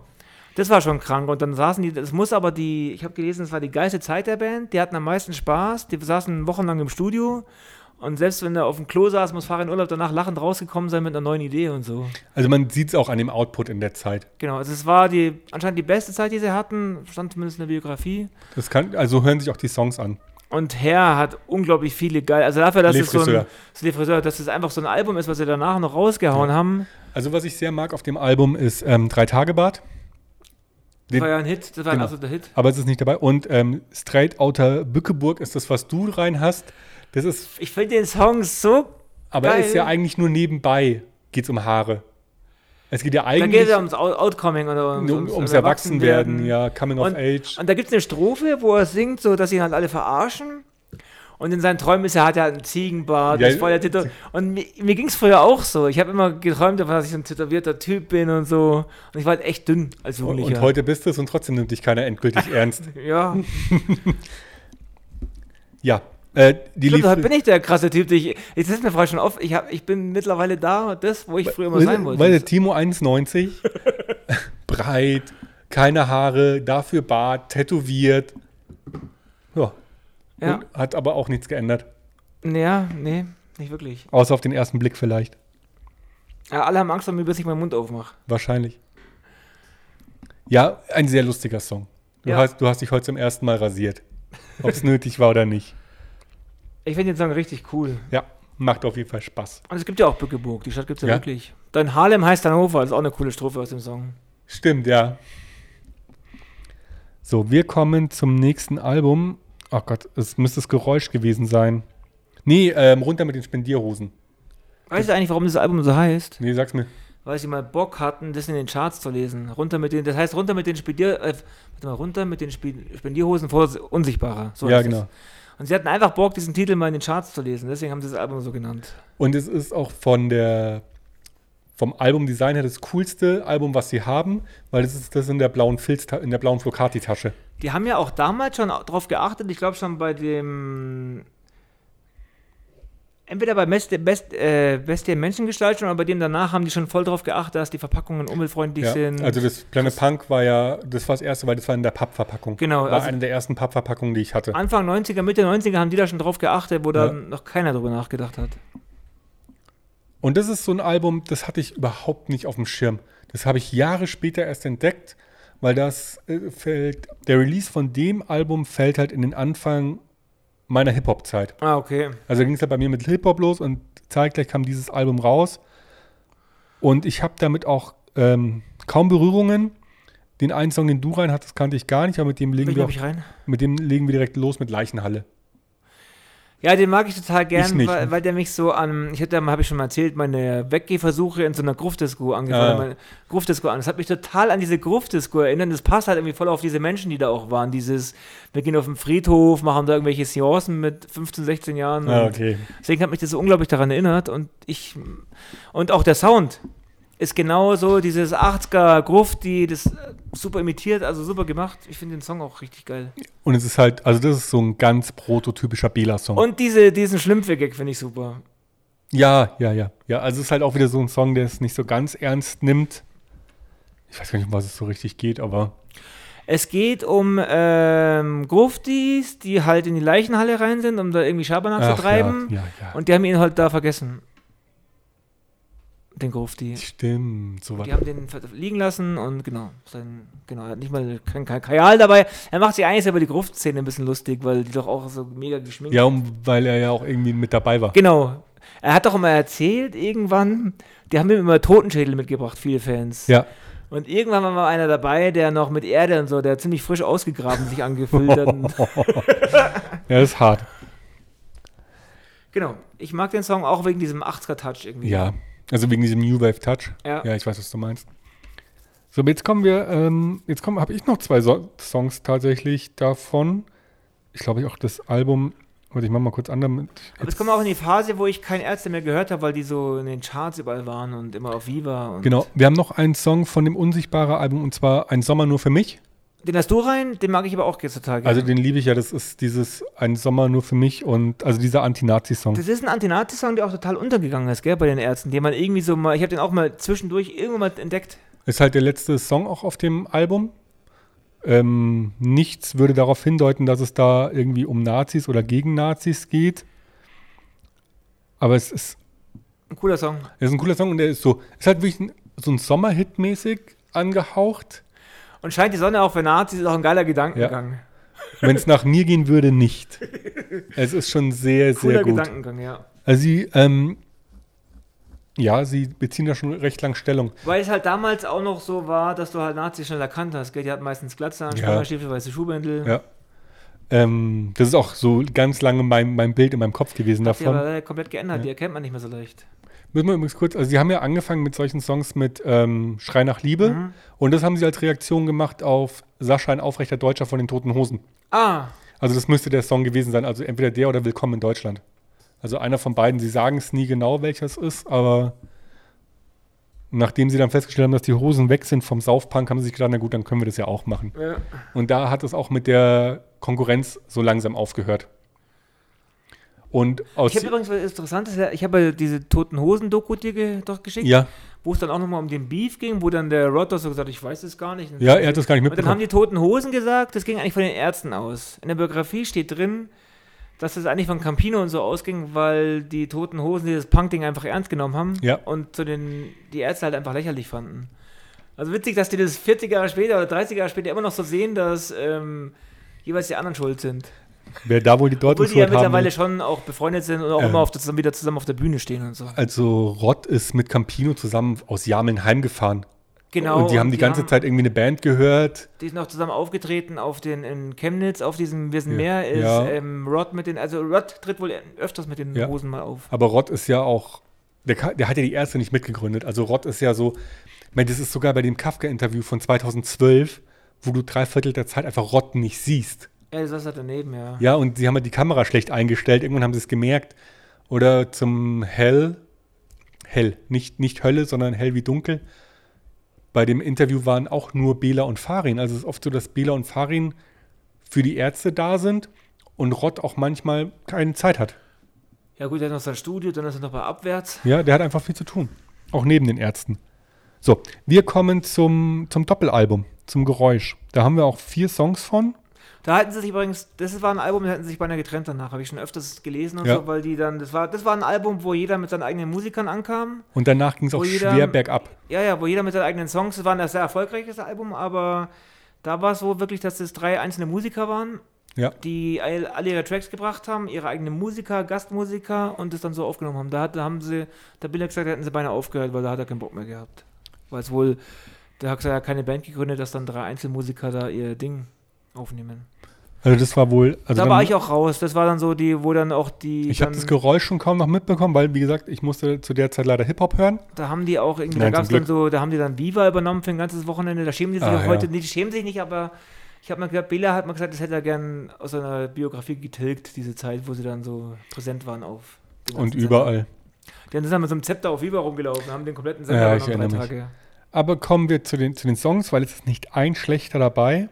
Das war schon krank. Und dann saßen die, das muss aber die, ich habe gelesen, das war die geilste Zeit der Band. Die hatten am meisten Spaß. Die saßen wochenlang im Studio. Und selbst wenn er auf dem Klo saß, muss Farin Urlaub danach lachend rausgekommen sein mit einer neuen Idee und so. Also man sieht es auch an dem Output in der Zeit. Genau, also es war die, anscheinend die beste Zeit, die sie hatten. Stand zumindest in der Biografie. Das kann, also hören sich auch die Songs an. Und Herr hat unglaublich viele geil. Also dafür, dass Le es so ein, Friseur. das Le Friseur, dass es einfach so ein Album ist, was sie danach noch rausgehauen haben. Also was ich sehr mag auf dem Album ist ähm, Drei Tage Bad, Das Den- war ja ein Hit, das war ein genau. absoluter Hit. aber es ist nicht dabei. Und ähm, Straight Outer Bückeburg ist das, was du rein hast. Das ist, Ich finde den Song so. aber Geil. ist ja eigentlich nur nebenbei geht's um Haare. Es geht ja Da geht eigentlich es ja um ums Out- Outcoming oder um, ums, Erwachsenwerden, ja, Coming of Und, Age. und da gibt es eine Strophe, wo er singt, so dass ihn halt alle verarschen. Und in seinen Träumen ist er, hat er einen Ziegenbart, Ja, ist voll der Tätow Und mir, mir ging es früher auch so. Ich habe immer geträumt davon, dass ich so ein tätowierter Typ bin und so. Und ich war halt echt dünn als Und, Jugendlicher. und heute bist du es und trotzdem nimmt dich keiner endgültig ernst. Ja, Ja, Äh, die Stimmt, lief, halt bin ich der krasse Typ. der Ich, jetzt ist mir vorher schon oft, ich, hab, ich bin mittlerweile da, das, wo ich früher mal sein Weil wollte. der Timo 1,90, breit, keine Haare, dafür Bart, tätowiert. Ja, Ja, Und hat aber auch nichts geändert. ja, nee, nicht wirklich. Außer auf den ersten Blick vielleicht. Ja, alle haben Angst vor mir, bis ich meinen Mund aufmache. Wahrscheinlich. Ja, ein sehr lustiger Song. Du, Ja. hast, du hast dich heute zum ersten Mal rasiert. Ob es nötig war oder nicht. Ich finde den Song richtig cool. Ja, macht auf jeden Fall Spaß. Und Also es gibt ja auch Bückeburg, die Stadt gibt es Ja. ja, wirklich. Dann Harlem heißt Hannover, das ist auch eine coole Strophe aus dem Song. Stimmt, ja. So, wir kommen zum nächsten Album. Ach Gott, es müsste das Geräusch gewesen sein. Nee, ähm, runter mit den Spendierhosen. Weißt du eigentlich, warum dieses Album so heißt? Nee, sag's mir. Weil sie mal Bock hatten, das in den Charts zu lesen. Runter mit den, das heißt runter mit den Spendier, äh, warte mal, runter mit den Spe- Spendierhosen vor das Unsichtbare. So ja, heißt genau. es. Und sie hatten einfach Bock, diesen Titel mal in den Charts zu lesen. Deswegen haben sie das Album so genannt. Und es ist auch von der vom Albumdesign her das coolste Album, was sie haben, weil es ist das in der blauen Filz in der blauen Flocati Tasche. Die haben ja auch damals schon drauf geachtet, ich glaube schon bei dem. Entweder bei Best, Best, äh, Bestie Menschengestalt schon, oder bei dem danach haben die schon voll drauf geachtet, dass die Verpackungen umweltfreundlich Ja. sind. Also das Planet Punk war ja das war das erste, weil das war in der Pappverpackung. Genau, War also- eine der ersten Pappverpackungen, die ich hatte. Anfang 90er, Mitte 90er haben die da schon drauf geachtet, wo Ja. da noch keiner drüber nachgedacht hat. Und das ist so ein Album, das hatte ich überhaupt nicht auf dem Schirm. Das habe ich Jahre später erst entdeckt, weil das äh, fällt, der Release von dem Album fällt halt in den Anfang meiner Hip-Hop-Zeit. Ah, okay. Also ging es halt bei mir mit Hip-Hop los und zeitgleich kam dieses Album raus. Und ich habe damit auch ähm, kaum Berührungen. Den einen Song, den du rein hattest, kannte ich gar nicht, aber mit dem legen, Welchen wir, hab ich rein? auch, mit dem legen wir direkt los mit Leichenhalle. Ja, den mag ich total Ich gern, nicht. ne? weil, weil der mich so an, ich hatte, habe ich schon mal erzählt, meine Weggehversuche in so einer Gruftdisco angefangen, Ah. meine Gruftdisco an. Das hat mich total an diese Gruftdisco erinnert. Das passt halt irgendwie voll auf diese Menschen, die da auch waren. Dieses, wir gehen auf den Friedhof, machen da irgendwelche Seancen mit 15, 16 Jahren. Ah, Und okay. Deswegen hat mich das so unglaublich daran erinnert und ich, und auch der Sound ist genau so dieses 80er Gruft, die das super imitiert, also super gemacht. Ich finde den Song auch richtig geil. Und es ist halt, also das ist so ein ganz prototypischer Bela-Song. Und diese, diesen Schlümpfe-Gag finde ich super. Ja, ja, ja. Ja, also es ist halt auch wieder so ein Song, der es nicht so ganz ernst nimmt. Ich weiß gar nicht, um was es so richtig geht, aber Es geht um ähm, Gruftis, die halt in die Leichenhalle rein sind, um da irgendwie Schabernack zu treiben. ja, ja, ja. Und die haben ihn halt da vergessen. Den Grufti. Stimmt, so was. Die haben den ver- liegen lassen und genau, sein, genau, er hat nicht mal kein, kein Kajal dabei. Er macht sich eigentlich über die Gruftszene ein bisschen lustig, weil die doch auch so mega geschminkt Ja, um, weil er ja auch irgendwie mit dabei war. Genau. Er hat doch immer erzählt, irgendwann, die haben ihm immer Totenschädel mitgebracht, viele Fans. Ja. Und irgendwann war mal einer dabei, der noch mit Erde und so, der ziemlich frisch ausgegraben sich angefüllt hat. Und Ja, das ist hart. Genau. Ich mag den Song auch wegen diesem 80er-Touch irgendwie. Ja. Also wegen diesem New Wave Touch. Ja. Ja, ich weiß, was du meinst. So, aber jetzt kommen wir, ähm, jetzt kommen, habe ich noch zwei so Songs tatsächlich davon. Ich glaube, auch das Album, warte, ich mach mal kurz an damit. Aber es kommt auch in die Phase, wo ich keine Ärzte mehr gehört habe, weil die so in den Charts überall waren und immer auf Viva. Und Genau, wir haben noch einen Song von dem unsichtbaren Album und zwar Ein Sommer nur für mich. Den hast du rein, den mag ich aber auch jetzt total gerne. Also den liebe ich ja, das ist dieses Ein Sommer nur für mich und also dieser Anti-Nazi-Song. das ist ein Antinazi-Song, der auch total untergegangen ist, gell, bei den Ärzten, den man irgendwie so mal, ich habe den auch mal zwischendurch irgendwann mal entdeckt. Ist halt der letzte Song auch auf dem Album. Ähm, nichts würde darauf hindeuten, dass es da irgendwie um Nazis oder gegen Nazis geht. Aber es ist, Ein cooler Song. es ist ein cooler Song und der ist so, ist halt wirklich ein, so ein Sommerhit mäßig angehaucht. Und scheint die Sonne auch für Nazis, ist auch ein geiler Gedankengang. Wenn es nach mir gehen würde, nicht. Es ist schon sehr, sehr Cooler gut. Gedankengang, ja. Also sie, ähm, ja, sie beziehen da schon recht lang Stellung. Weil es halt damals auch noch so war, dass du halt Nazis schnell erkannt hast, gell, die hatten meistens Glatze an, Ja. Spannerstiefel, weiße Schuhbändel. Ja. Ähm, das ist auch so ganz lange mein, mein Bild in meinem Kopf gewesen Die haben davon. aber komplett geändert, die erkennt man nicht mehr so leicht. Müssen wir übrigens kurz, also sie haben ja angefangen mit solchen Songs mit ähm, Schrei nach Liebe Mhm. und das haben sie als Reaktion gemacht auf Sascha, ein aufrechter Deutscher von den Toten Hosen. Ah, Also das müsste der Song gewesen sein, also entweder der oder Willkommen in Deutschland. Also einer von beiden, sie sagen es nie genau, welcher es ist, aber nachdem sie dann festgestellt haben, dass die Hosen weg sind vom Saufpunk, haben sie sich gedacht, na gut, dann können wir das ja auch machen. ja. Und da hat es auch mit der Konkurrenz so langsam aufgehört. Und aus. Ich habe übrigens was Interessantes, ich habe ja diese Toten Hosen-Doku dir ge- doch geschickt, ja, wo es dann auch nochmal um den Beef ging, wo dann der Rotter so gesagt hat, ich weiß es gar nicht. ja, er hat das gar nicht Und dann mitbekommen. haben die Toten Hosen gesagt, das ging eigentlich von den Ärzten aus. In der Biografie steht drin, dass es eigentlich von Campino und so ausging, weil die Toten Hosen dieses Punk-Ding einfach ernst genommen haben Ja. und zu den, die Ärzte halt einfach lächerlich fanden. Also witzig, dass die das 40 Jahre später oder 30 Jahre später immer noch so sehen, dass ähm, jeweils die anderen schuld sind. Wer da wohl die Obwohl Deutung die ja schuld haben mittlerweile schon auch befreundet sind und auch Ähm. immer auf, zusammen, wieder zusammen auf der Bühne stehen und so. Also Rott ist mit Campino zusammen aus Jameln heimgefahren. Genau. und die haben die, ganze Zeit irgendwie eine Band gehört. Die sind auch zusammen aufgetreten auf den in Chemnitz, auf diesem Wir sind Ja. mehr, ist Ja. ähm, Rod mit den, also Rod tritt wohl öfters mit den Ja. Hosen mal auf. Aber Rott ist ja auch, der, ka- der hat ja die Ärzte nicht mitgegründet. Also Rott ist ja so, ich meine, das ist sogar bei dem Kafka-Interview von 2012, wo du drei Viertel der Zeit einfach Rott nicht siehst. Ja, das saß halt daneben, ja. Ja, und sie haben ja die Kamera schlecht eingestellt. Irgendwann haben sie es gemerkt. Oder zum Hell. Hell. Nicht, nicht Hölle, sondern hell wie dunkel. Bei dem Interview waren auch nur Bela und Farin. Also es ist oft so, dass Bela und Farin für die Ärzte da sind und Rott auch manchmal keine Zeit hat. Ja, gut, er hat noch sein Studio, dann ist er noch bei Abwärts. Ja, der hat einfach viel zu tun. Auch neben den Ärzten. So, wir kommen zum, zum Doppelalbum, zum Geräusch. Da haben wir auch vier Songs von. Da hatten sie sich übrigens, das war ein Album, da hatten sie sich beinahe getrennt danach, habe ich schon öfters gelesen und Ja. so, weil die dann, das war, das war ein Album, wo jeder mit seinen eigenen Musikern ankam. Und danach ging es auch Wo jeder- schwer bergab. Ja, ja, wo jeder mit seinen eigenen Songs, das war ein sehr erfolgreiches Album, aber da war es so wirklich, dass es drei einzelne Musiker waren, Ja. die all- alle ihre Tracks gebracht haben, ihre eigenen Musiker, Gastmusiker und das dann so aufgenommen haben. Da, hat, da haben sie, da Bill hat gesagt, da hätten sie beinahe aufgehört, weil da hat er keinen Bock mehr gehabt. Weil es wohl, da hat er ja keine Band gegründet, dass dann drei Einzelmusiker da ihr Ding aufnehmen. Also das war wohl. Also da dann- war ich auch raus. Das war dann so die, wo dann auch die, Ich habe dann- das Geräusch schon kaum noch mitbekommen, weil, wie gesagt, ich musste zu der Zeit leider Hip-Hop hören. da haben die auch irgendwie, Nein, da zum gab's dann so, da haben die dann Viva übernommen für ein ganzes Wochenende. Da schämen die sich Ah, auch ja. heute nicht, die schämen sich nicht, aber ich habe mal gehört, Bela hat mal gesagt, das hätte er gern aus seiner Biografie getilgt, diese Zeit, wo sie dann so präsent waren auf den Und ganzen Sendern. überall. Die sind dann mit so einem Zepter auf Viva rumgelaufen, haben den kompletten Sender Ja, ja, ich noch drei erinnere mich. Tage. Aber kommen wir zu den, zu den Songs, weil es ist nicht ein schlechter dabei.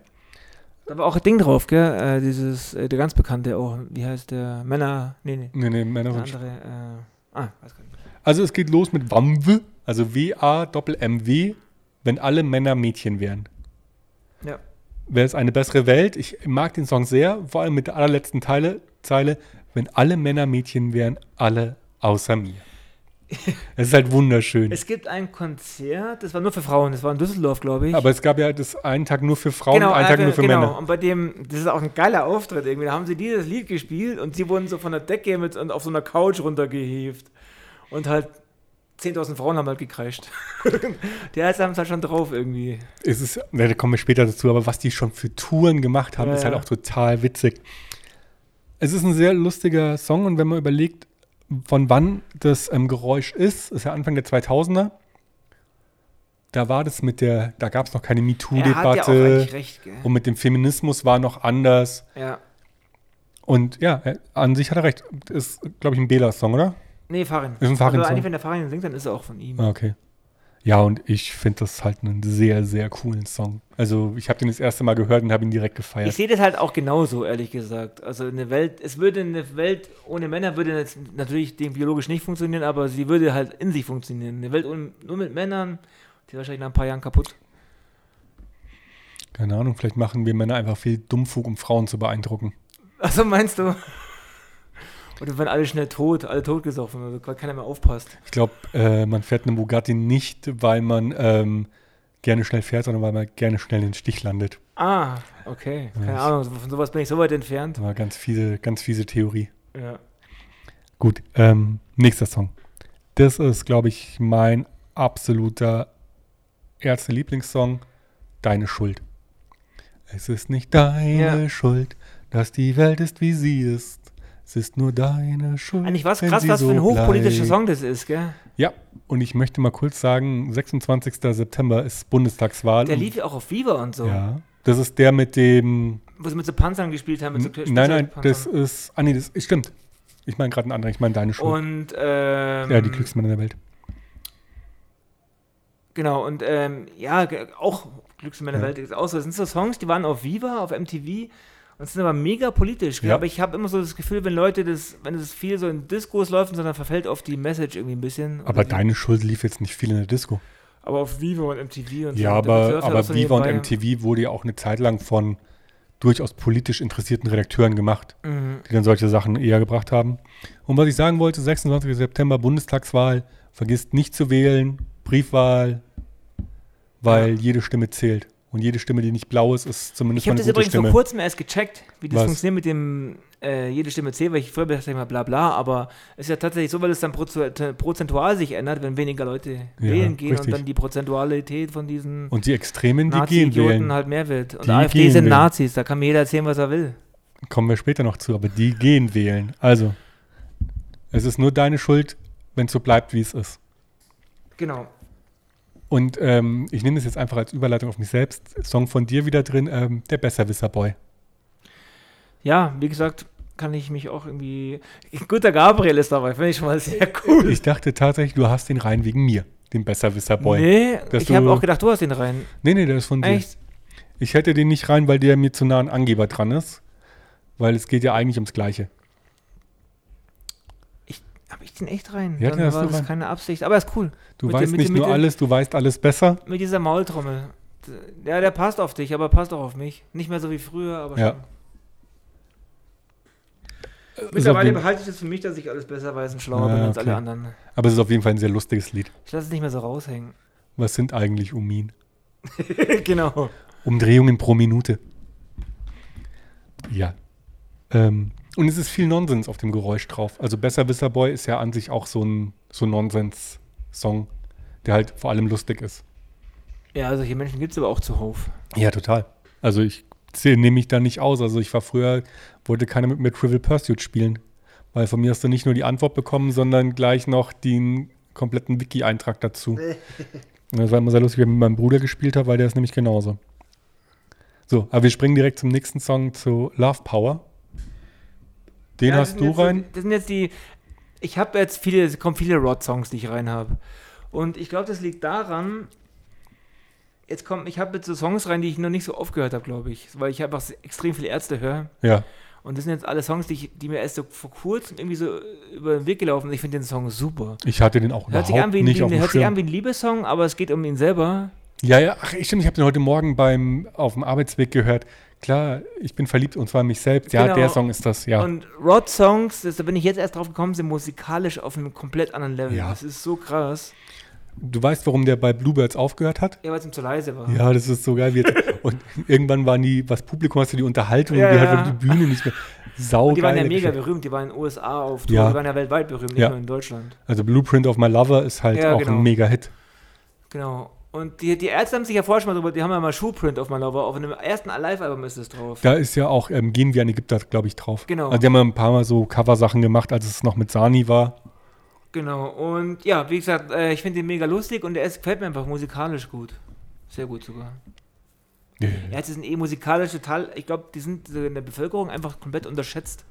Da war auch ein Ding drauf, gell? Äh, dieses, äh, der ganz bekannte, oh, wie heißt der? Männer, nee, nee, Nee, nee, Männer der sind andere, äh, ah, weiß gar nicht. sch- Also es geht los mit Wamwe, also W-A-Doppel-M-W, wenn alle Männer Mädchen wären. Ja. Wäre es eine bessere Welt. Ich mag den Song sehr, vor allem mit der allerletzten Teile, Zeile, wenn alle Männer Mädchen wären, alle außer mir. Es ist halt wunderschön. Es gibt ein Konzert, das war nur für Frauen, das war in Düsseldorf, glaube ich. Aber es gab ja das einen Tag nur für Frauen, einen Tag äh, nur für genau. Männer. Und bei dem, das ist auch ein geiler Auftritt irgendwie. Da haben sie dieses Lied gespielt und sie wurden so von der Decke mit und auf so einer Couch runtergehievt. Und halt 10.000 Frauen haben halt gekreischt. die Ärzte haben es halt schon drauf irgendwie. Es ist, na, da kommen wir später dazu, aber was die schon für Touren gemacht haben, Ja, ist halt ja. auch total witzig. Es ist ein sehr lustiger Song und wenn man überlegt, von wann das ähm, Geräusch ist, ist ja Anfang der 2000er. Da war das mit der, da gab es noch keine er hat ja auch MeToo-Debatte eigentlich recht, gell? und mit dem Feminismus war noch anders. Ja. Und ja, äh, an sich hat er recht. Ist, glaube ich, ein Bela-Song, oder? Nee, Farin. Ist ein Aber Farin-Song. eigentlich, wenn der Farin singt, dann ist er auch von ihm. Ah, Okay. Ja, und ich finde das halt einen sehr, sehr coolen Song. Also ich habe den das erste Mal gehört und habe ihn direkt gefeiert. Ich sehe das halt auch genauso, ehrlich gesagt. Also eine Welt, es würde eine Welt ohne Männer würde jetzt natürlich dem biologisch nicht funktionieren, aber sie würde halt in sich funktionieren. Eine Welt ohne, nur mit Männern, die ist wahrscheinlich nach ein paar Jahren kaputt. Keine Ahnung, vielleicht machen wir Männer einfach viel Dummfug, um Frauen zu beeindrucken. Also meinst du? Oder wenn alle schnell tot, alle totgesoffen, also weil keiner mehr aufpasst. Ich glaube, äh, man fährt einen Bugatti nicht, weil man ähm, gerne schnell fährt, sondern weil man gerne schnell in den Stich landet. Ah, okay. Keine Ja, Ahnung, von sowas bin ich so weit entfernt. Das war ganz fiese, ganz fiese Theorie. Ja. Gut, ähm, nächster Song. Das ist, glaube ich, mein absoluter Ärzte-Lieblingssong, Deine Schuld. Es ist nicht deine Ja. Schuld, dass die Welt ist, wie sie ist. Es ist nur deine Schuld. Eigentlich war es wenn krass, sie was so für ein hochpolitischer bleibt. Song das ist, gell? Ja, und ich möchte mal kurz sagen, 26. September ist Bundestagswahl. Der und- lief ja auch auf Viva und so. Ja, das ist der mit dem... Wo sie mit so Panzern gespielt haben, mit so nein, nein, das Spielzeugpanzern. ist... Ah, nee, das stimmt. Ich meine gerade einen anderen, ich meine Deine Schuld. Und ähm, ja, die Glücksmänner der Welt. Genau, und ähm, ja, ge- auch Glücksmänner Ja. Welt ist aus. Das sind so Songs, die waren auf Viva, auf MTV Und sind aber mega politisch. gell? Ja. Aber ich habe immer so das Gefühl, wenn Leute das, wenn es viel so in Discos läuft, sondern verfällt auf die Message irgendwie ein bisschen. Aber Oder die- deine Schuld lief jetzt nicht viel in der Disco. aber auf Viva und MTV und so. Ja, und der aber, Surfer aber ist so Viva und nebenbei. MTV wurde ja auch eine Zeit lang von durchaus politisch interessierten Redakteuren gemacht, Mhm. die dann solche Sachen eher gebracht haben. Und was ich sagen wollte, 26. September Bundestagswahl, vergisst nicht zu wählen, Briefwahl, weil jede Stimme zählt. Und jede Stimme, die nicht blau ist, ist zumindest Ich mal habe eine das gute übrigens Stimme. vor kurzem erst gecheckt, wie das Was? funktioniert mit dem äh, jede Stimme zählt, weil ich vorher dachte ich mal bla bla, aber es ist ja tatsächlich so, weil es dann proze- prozentual sich ändert, wenn weniger Leute Ja, wählen gehen richtig. und dann die Prozentualität von diesen und die Extremen, die gehen Nazi-Idioten wählen. halt mehr wird. Und Die AfD gehen sind wählen. Nazis, da kann mir jeder erzählen, was er will. Kommen wir später noch zu, aber die gehen wählen. Also, es ist nur deine Schuld, wenn es so bleibt, wie es ist. Genau. Und ähm, ich nehme das jetzt einfach als Überleitung auf mich selbst. Song von dir wieder drin, ähm, der Besserwisser-Boy. Ja, wie gesagt, kann ich mich auch irgendwie. Guter Gabriel ist dabei, finde ich schon mal sehr cool. Ich dachte tatsächlich, du hast den rein wegen mir, den Besserwisser-Boy. Nee. nee, dass ich habe du- auch gedacht, du hast den rein. nee, der ist von dir. Echt? Ich hätte den nicht rein, weil der mir zu nah an Angeber dran ist. Weil es geht ja eigentlich ums Gleiche. Habe ich den echt rein? Ja, Dann den hast war du das rein. keine Absicht. Aber ist cool. Du Mit dem- weißt mit nicht dem- nur mit dem- alles, du weißt alles besser. Mit dieser Maultrommel. D- Ja, der passt auf dich, aber passt auch auf mich. Nicht mehr so wie früher, aber Ja. Äh, schon. Mittlerweile jeden- behalte ich das für mich, dass ich alles besser weiß und schlauer Ah, bin als okay. alle anderen. Aber es ist auf jeden Fall ein sehr lustiges Lied. Ich lasse es nicht mehr so raushängen. Was sind eigentlich Umin? genau. Umdrehungen pro Minute. Ja. Ähm, und es ist viel Nonsens auf dem Geräusch drauf. Also Besserwisser Boy ist ja an sich auch so ein, so ein Nonsens-Song, der halt vor allem lustig ist. Ja, solche Menschen gibt es aber auch zuhauf. Ja, total. Also ich zäh- nehme mich da nicht aus. Also ich war früher, wollte keiner mit mir Trivial Pursuit spielen. Weil von mir hast du nicht nur die Antwort bekommen, sondern gleich noch den kompletten Wiki-Eintrag dazu. Und das war immer sehr lustig, wenn ich mit meinem Bruder gespielt habe, weil der ist nämlich genauso. So, aber wir springen direkt zum nächsten Song zu Love Power. Den ja, hast das sind du jetzt so- rein. Das sind jetzt die. Ich habe jetzt viele, es kommen viele Rod-Songs, die ich rein habe. Und ich glaube, das liegt daran. Jetzt kommt, ich habe jetzt so Songs rein, die ich noch nicht so oft gehört habe, glaube ich. Weil ich einfach s- extrem viele Ärzte höre. Ja, Und das sind jetzt alle Songs, die, ich, die mir erst so vor kurzem irgendwie so über den Weg gelaufen sind. Ich finde den Song super. ich hatte den auch überhaupt Hört sich, an wie, ein- nicht wie, auf ein- dem hört sich Schirm. an wie ein Liebessong, aber es geht um ihn selber. Ja, ja, ach, stimmt, ich habe den heute Morgen beim, auf dem Arbeitsweg gehört. Klar, ich bin verliebt und zwar in mich selbst. Ja, Genau. der Song ist das, ja. Und Rod-Songs, das- da bin ich jetzt erst drauf gekommen, sind musikalisch auf einem komplett anderen Level. Ja. Das ist so krass. Du weißt, warum der bei Bluebirds aufgehört hat? Ja, weil es ihm zu leise war. Ja, das ist so geil. Wie jetzt. und irgendwann waren die, was Publikum hast du, die Unterhaltung, Ja, die ja. hat auf die Bühne nicht mehr. Sau Und die waren ja geile mega Geschichte. berühmt, die waren in den USA auf Tour, Ja. die waren ja weltweit berühmt, nicht Ja. nur in Deutschland. Also Blueprint of My Lover ist halt Ja, auch genau. ein mega Hit. Genau. Und die, die Ärzte haben sich ja vorher schon mal drüber, die haben ja mal Schuhprint auf My Lover, auf einem ersten Live-Album ist es drauf. Da ist ja auch, ähm, gehen wir an Ägypter, glaube ich, drauf. Genau. Also die haben ja ein paar Mal so Coversachen gemacht, als es noch mit Sani war. Genau, und ja, wie gesagt, äh, ich finde den mega lustig und er ist, gefällt mir einfach musikalisch gut. Sehr gut sogar. Ja, sie sind eh musikalisch total, ich glaube, die sind so in der Bevölkerung einfach komplett unterschätzt.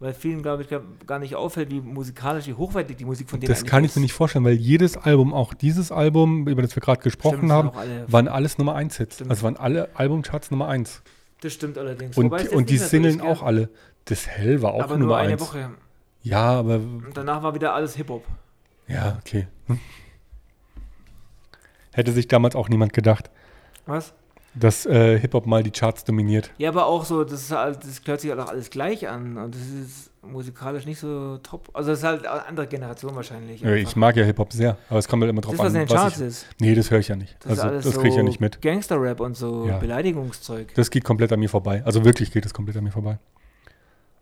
Weil vielen, glaube ich, glaub, gar nicht auffällt, wie musikalisch, wie hochwertig die Musik von denen Das kann ich eigentlich mir nicht vorstellen, weil jedes Album, auch dieses Album, über das wir gerade gesprochen Stimmt, haben, sind auch alle- waren alles Nummer 1 Hits. Stimmt. Also waren alle Albumcharts Nummer 1. ist. Das stimmt allerdings. Und, Wobei es jetzt und die nicht mehr so ist, Singeln gell? auch alle. Das Hell war auch Aber Nummer nur eine 1. Woche. Ja, aber Und danach war wieder alles Hip-Hop. ja, okay. Hm. Hätte sich damals auch niemand gedacht, Was? dass äh, Hip-Hop mal die Charts dominiert. Ja, aber auch so, das, ist halt, das hört sich halt auch alles gleich an. Und das ist musikalisch nicht so top. Also, das ist halt eine andere Generation wahrscheinlich. Äh, einfach. Ich mag ja Hip-Hop sehr, aber es kommt halt immer drauf das, an, was in den Charts ich, ist. Nee, das höre ich ja nicht. Das ist also alles das so kriege ich ja nicht mit. Gangster-Rap und so Ja. Beleidigungszeug. Das geht komplett an mir vorbei. Also wirklich geht das komplett an mir vorbei.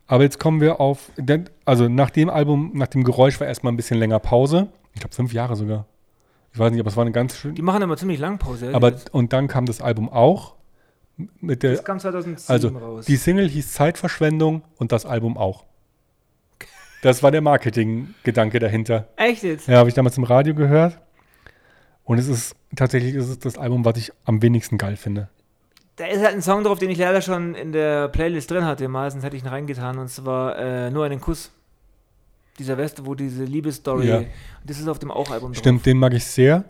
Aber jetzt kommen wir auf, denn- also nach dem Album, nach dem Geräusch war erstmal ein bisschen länger Pause. Ich glaube fünf Jahre sogar. Ich weiß nicht, aber es war eine ganz schöne. Die machen immer ziemlich lang Pause. Aber das, und dann kam das Album auch mit der, das kam 2007 also raus. die Single hieß Zeitverschwendung und das Album auch. Das war der Marketinggedanke dahinter. Echt jetzt? Ja, habe ich damals im Radio gehört. Und es ist tatsächlich ist es das Album, was ich am wenigsten geil finde. Da ist halt ein Song drauf, den ich leider schon in der Playlist drin hatte. Meistens hätte ich ihn reingetan und zwar äh, nur einen Kuss. Dieser Weste, wo diese Liebesstory. Ja. Das ist auf dem Auch-Album drauf. Stimmt, den mag ich sehr.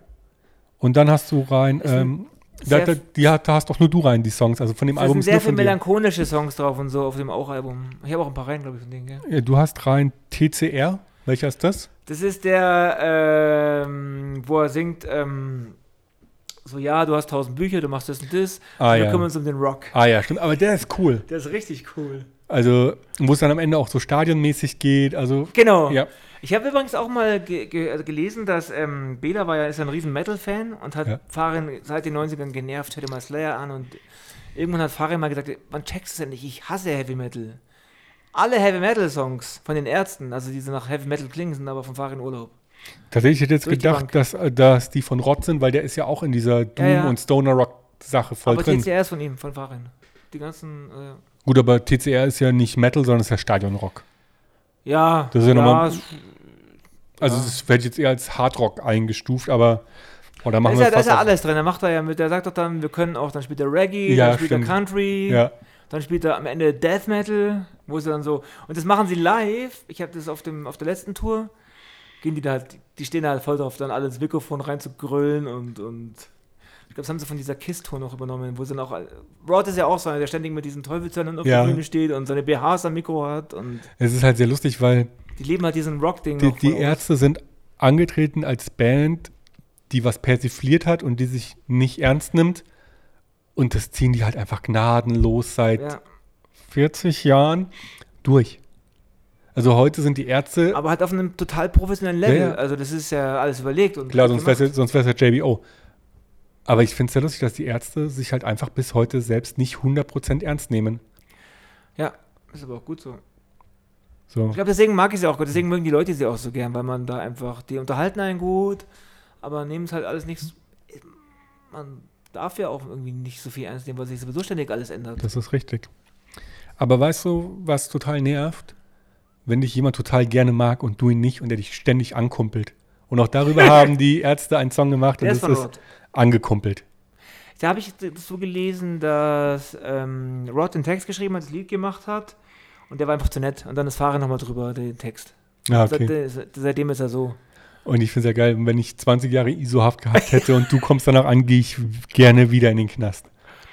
Und dann hast du rein Ist ein- ähm, Da, Sehr, da, die, hat- da hast doch nur du rein, die Songs. Also von dem da Album sind ist nur sehr viele von dir. melancholische Songs drauf und so auf dem Auch-Album. Ich habe auch ein paar rein, glaube ich, von denen, gell? Ja, Du hast rein TCR. Welcher ist das? Das ist der, ähm, wo er singt, ähm, so, ja, du hast tausend Bücher, du machst das und das. Ah, wir ja. kümmern uns um den Rock. Ah ja, stimmt. Aber der ist cool. Der ist richtig cool. Also, wo es dann am Ende auch so stadionmäßig geht. Also, Genau. ja. Ich habe übrigens auch mal ge ge also gelesen, dass ähm, Bela war ja ist ja ein riesen Metal-Fan und hat Ja. Farin seit den 90ern genervt, hörte mal Slayer an und irgendwann hat Farin mal gesagt, man checkst es ja nicht, ich hasse Heavy Metal. Alle Heavy Metal-Songs von den Ärzten, also diese nach Heavy Metal klingen, sind aber von Farin Urlaub. Tatsächlich hätte ich jetzt Durch die gedacht, Bank. dass, äh, dass die von Rott sind, weil der ist ja auch in dieser Doom- ja. und Stoner-Rock-Sache voll aber drin. TCR ist von ihm, von Farin. Die ganzen, äh, Gut, aber TCR ist ja nicht Metal, sondern ist ja Stadionrock. ja, Das ist ja nochmal- es- Also, Ja. das werde ich jetzt eher als Hardrock eingestuft, aber. Oder da machen ist wir ja, da ist fast ja auf- alles drin. Der macht da ja mit, der sagt doch dann, wir können auch, dann spielt er Reggae, Ja, dann spielt stimmt. er Country. Ja. Dann spielt er am Ende Death Metal, wo sie dann so. Und das machen sie live. Ich habe das auf, dem, auf der letzten Tour. Gehen die da halt, die stehen da halt voll drauf, dann alle ins Mikrofon reinzugrölen und. und ich glaube, das haben sie von dieser Kiss-Tour noch übernommen, wo sie dann auch. Rod ist ja auch so einer, der ständig mit diesen Teufelshörnern auf Ja. der Bühne steht und seine BHs am Mikro hat und Es ist halt sehr lustig, weil die leben halt diesen Rock-Ding. die, noch voll die aus. Ärzte sind angetreten als Band, die was persifliert hat und die sich nicht ernst nimmt. Und das ziehen die halt einfach gnadenlos seit Ja. 40 Jahren durch. Also heute sind die Ärzte, Aber halt auf einem total professionellen Level. Ja, ja. Also, das ist ja alles überlegt. Und klar, sonst gemacht. wäre es sonst wär's ja JBO. Aber ich finde es sehr lustig, dass die Ärzte sich halt einfach bis heute selbst nicht 100% ernst nehmen. Ja, ist aber auch gut so. So. Ich glaube, deswegen mag ich sie auch gut, Mhm. deswegen mögen die Leute sie auch so gern, weil man da einfach, die unterhalten einen gut, aber nehmen es halt alles nichts. Man darf ja auch irgendwie nicht so viel ernst nehmen, weil sich sowieso ständig alles ändert. Das ist richtig. Aber weißt du, was total nervt? Wenn dich jemand total gerne mag und du ihn nicht und er dich ständig ankumpelt. Und auch darüber haben die Ärzte einen Song gemacht und Der ist das von ist Rod. angekumpelt. Da habe ich d- so gelesen, dass ähm, Rod den Text geschrieben hat, das Lied gemacht hat und der war einfach zu nett. Und dann ist Fahrer nochmal drüber, den Text. Ja, Ah, okay. Seit, seitdem ist er so. Und ich finde es ja geil, wenn ich 20 Jahre ISO-Haft gehabt hätte und du kommst danach an, gehe ich gerne wieder in den Knast.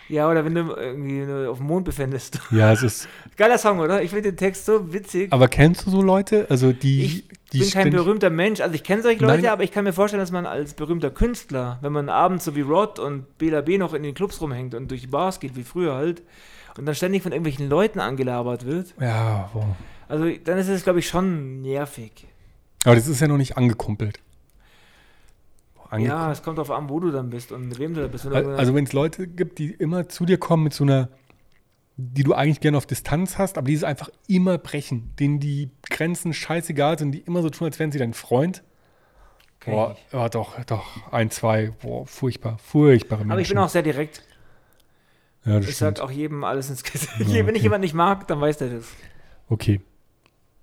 Ja, oder wenn du irgendwie äh, auf dem Mond befändest. Ja, es ist. Geiler Song, oder? Ich finde den Text so witzig. Aber kennst du so Leute? Also die. Ich die bin kein ständig- berühmter Mensch. Also ich kenne solche Leute, Nein. aber ich kann mir vorstellen, dass man als berühmter Künstler, wenn man abends so wie Rod und Bela B noch in den Clubs rumhängt und durch die Bars geht, wie früher halt, und dann ständig von irgendwelchen Leuten angelabert wird, Ja, wow. also dann ist es, glaube ich, schon nervig. Aber das ist ja noch nicht angekumpelt. Ange ja, es kommt darauf an, wo du dann bist und mit wem du da bist. Wenn du Al- Also wenn es Leute gibt, die immer zu dir kommen mit so einer, die du eigentlich gerne auf Distanz hast, aber die es einfach immer brechen, denen die Grenzen scheißegal sind, die immer so tun, als wären sie dein Freund. Kenn ich Boah, nicht. ja doch, doch, ein, zwei, boah, furchtbar, furchtbare Menschen. aber ich bin auch sehr direkt. ja, das Ich sag stimmt. auch halt jedem alles ins Gesicht. Ja, Wenn okay. ich jemanden nicht mag, dann weiß der das. Okay,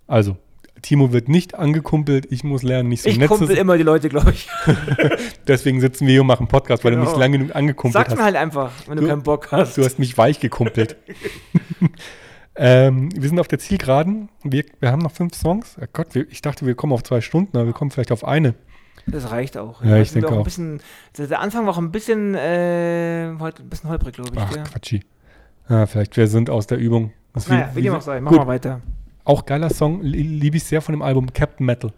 also Timo wird nicht angekumpelt, ich muss lernen, nicht so Ich nett zu kumpel sein. immer die Leute, glaube ich. Deswegen sitzen wir hier und machen Podcast, weil du Genau. mich lange genug angekumpelt Sag's hast. mir halt einfach, wenn du, Du- keinen Bock hast. Du hast mich weich gekumpelt. ähm, wir sind auf der Zielgeraden. Wir, wir haben noch fünf Songs. Oh Gott, wir, ich dachte, wir kommen auf zwei Stunden, aber wir kommen vielleicht auf eine. Das reicht auch. Ja, ich sind denke Ein auch. bisschen, der der Anfang war auch ein bisschen, äh, heute ein bisschen holprig, glaube ich. Ach, gell? Quatschi. Ah, vielleicht wir sind aus der Übung. Das ist wie- naja, wie wie- dem auch sei, machen Gut, wir weiter. auch geiler Song, li- liebe ich sehr von dem Album Captain Metal.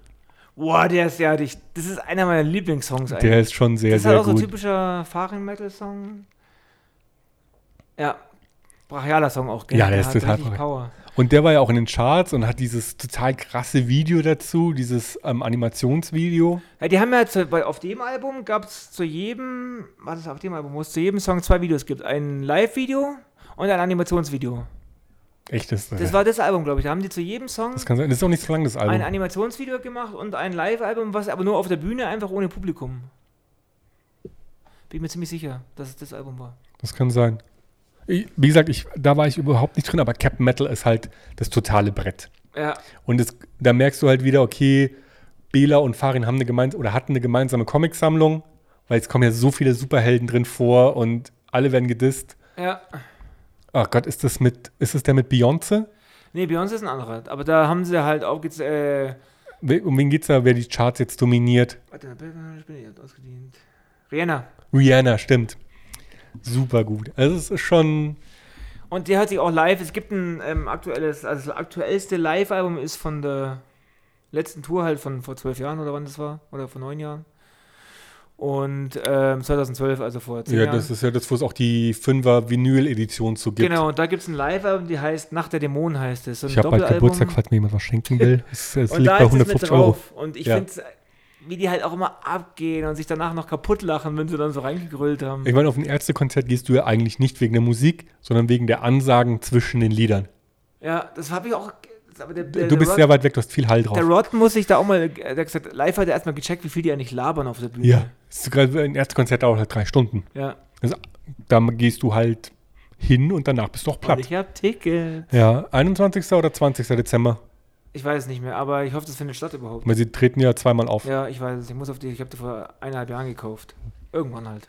Boah, der ist ja dich. Das ist einer meiner Lieblingssongs eigentlich. Der ist schon sehr, das ist sehr halt auch so ein gut. typischer Fahren-Metal-Song. Ja, brachialer Song auch, Ja, der ist hat total richtig brachial. Power. Und der war ja auch in den Charts und hat dieses total krasse Video dazu, dieses ähm, Animationsvideo. Ja, die haben ja zu, bei, auf dem Album gab es zu jedem, was ist auf dem Album, wo es zu jedem Song zwei Videos gibt. Ein Live-Video und ein Animationsvideo. Echtes. äh, Das war das Album, glaube ich. Da haben die zu jedem Song das kann sein. Das ist auch nicht so lang, das ein Album. Animationsvideo gemacht und ein Live-Album, was aber nur auf der Bühne, einfach ohne Publikum. Bin mir ziemlich sicher, dass es das Album war. Das kann sein. Ich, wie gesagt, ich, da war ich überhaupt nicht drin, aber Cap Metal ist halt das totale Brett. Ja, Und es, da merkst du halt wieder, okay, Bela und Farin haben eine gemeinsame oder hatten eine gemeinsame Comicsammlung, weil es kommen ja so viele Superhelden drin vor und alle werden gedisst. ja. Ach Gott, ist das mit, ist das der mit Beyoncé? Nee, Beyoncé ist ein anderer. Aber da haben sie halt auch. gez- Äh, We- Um wen geht's da, wer die Charts jetzt dominiert? warte, ich bin ich ausgedient. Rihanna. Rihanna, stimmt. super gut. Also es ist schon. Und der hat sich auch live, es gibt ein ähm, aktuelles, also das aktuellste Live-Album ist von der letzten Tour halt von vor zwölf Jahren oder wann das war, oder vor neun Jahren. Und ähm, 2012, also vor zehn Ja, Jahren. das ist ja das, wo es auch die Fünfer Vinyl-Edition zu gibt. Genau, und da gibt es ein Live-Album, die heißt Nach der Dämonen heißt es. So ein Ich habe bald Doppelalbum. Geburtstag, falls mir jemand was schenken will. Es, es Und liegt da bei ist es mit 150 Euro. drauf. Und ich Ja. finde wie die halt auch immer abgehen und sich danach noch kaputt lachen, wenn sie dann so reingegrölt haben. Ich meine, auf ein Ärztekonzert gehst du ja eigentlich nicht wegen der Musik, sondern wegen der Ansagen zwischen den Liedern. ja, das habe ich auch. Aber der, der, Du bist der, sehr Rod, weit weg, du hast viel Hall drauf. der Rod muss sich da auch mal, der hat gesagt, live hat er erstmal gecheckt, wie viel die eigentlich labern auf der Bühne. Ja, es ist sogar ein Ärztekonzert dauert halt drei Stunden. ja. Also, da gehst du halt hin und danach bist du auch Und platt. ich habe Ticket. Ja, 21. oder 20. Dezember. Ich weiß es nicht mehr, aber ich hoffe, das findet statt überhaupt. Weil sie treten ja zweimal auf. Ja, ich weiß es. Ich muss auf die, ich habe die vor eineinhalb Jahren gekauft. Irgendwann halt.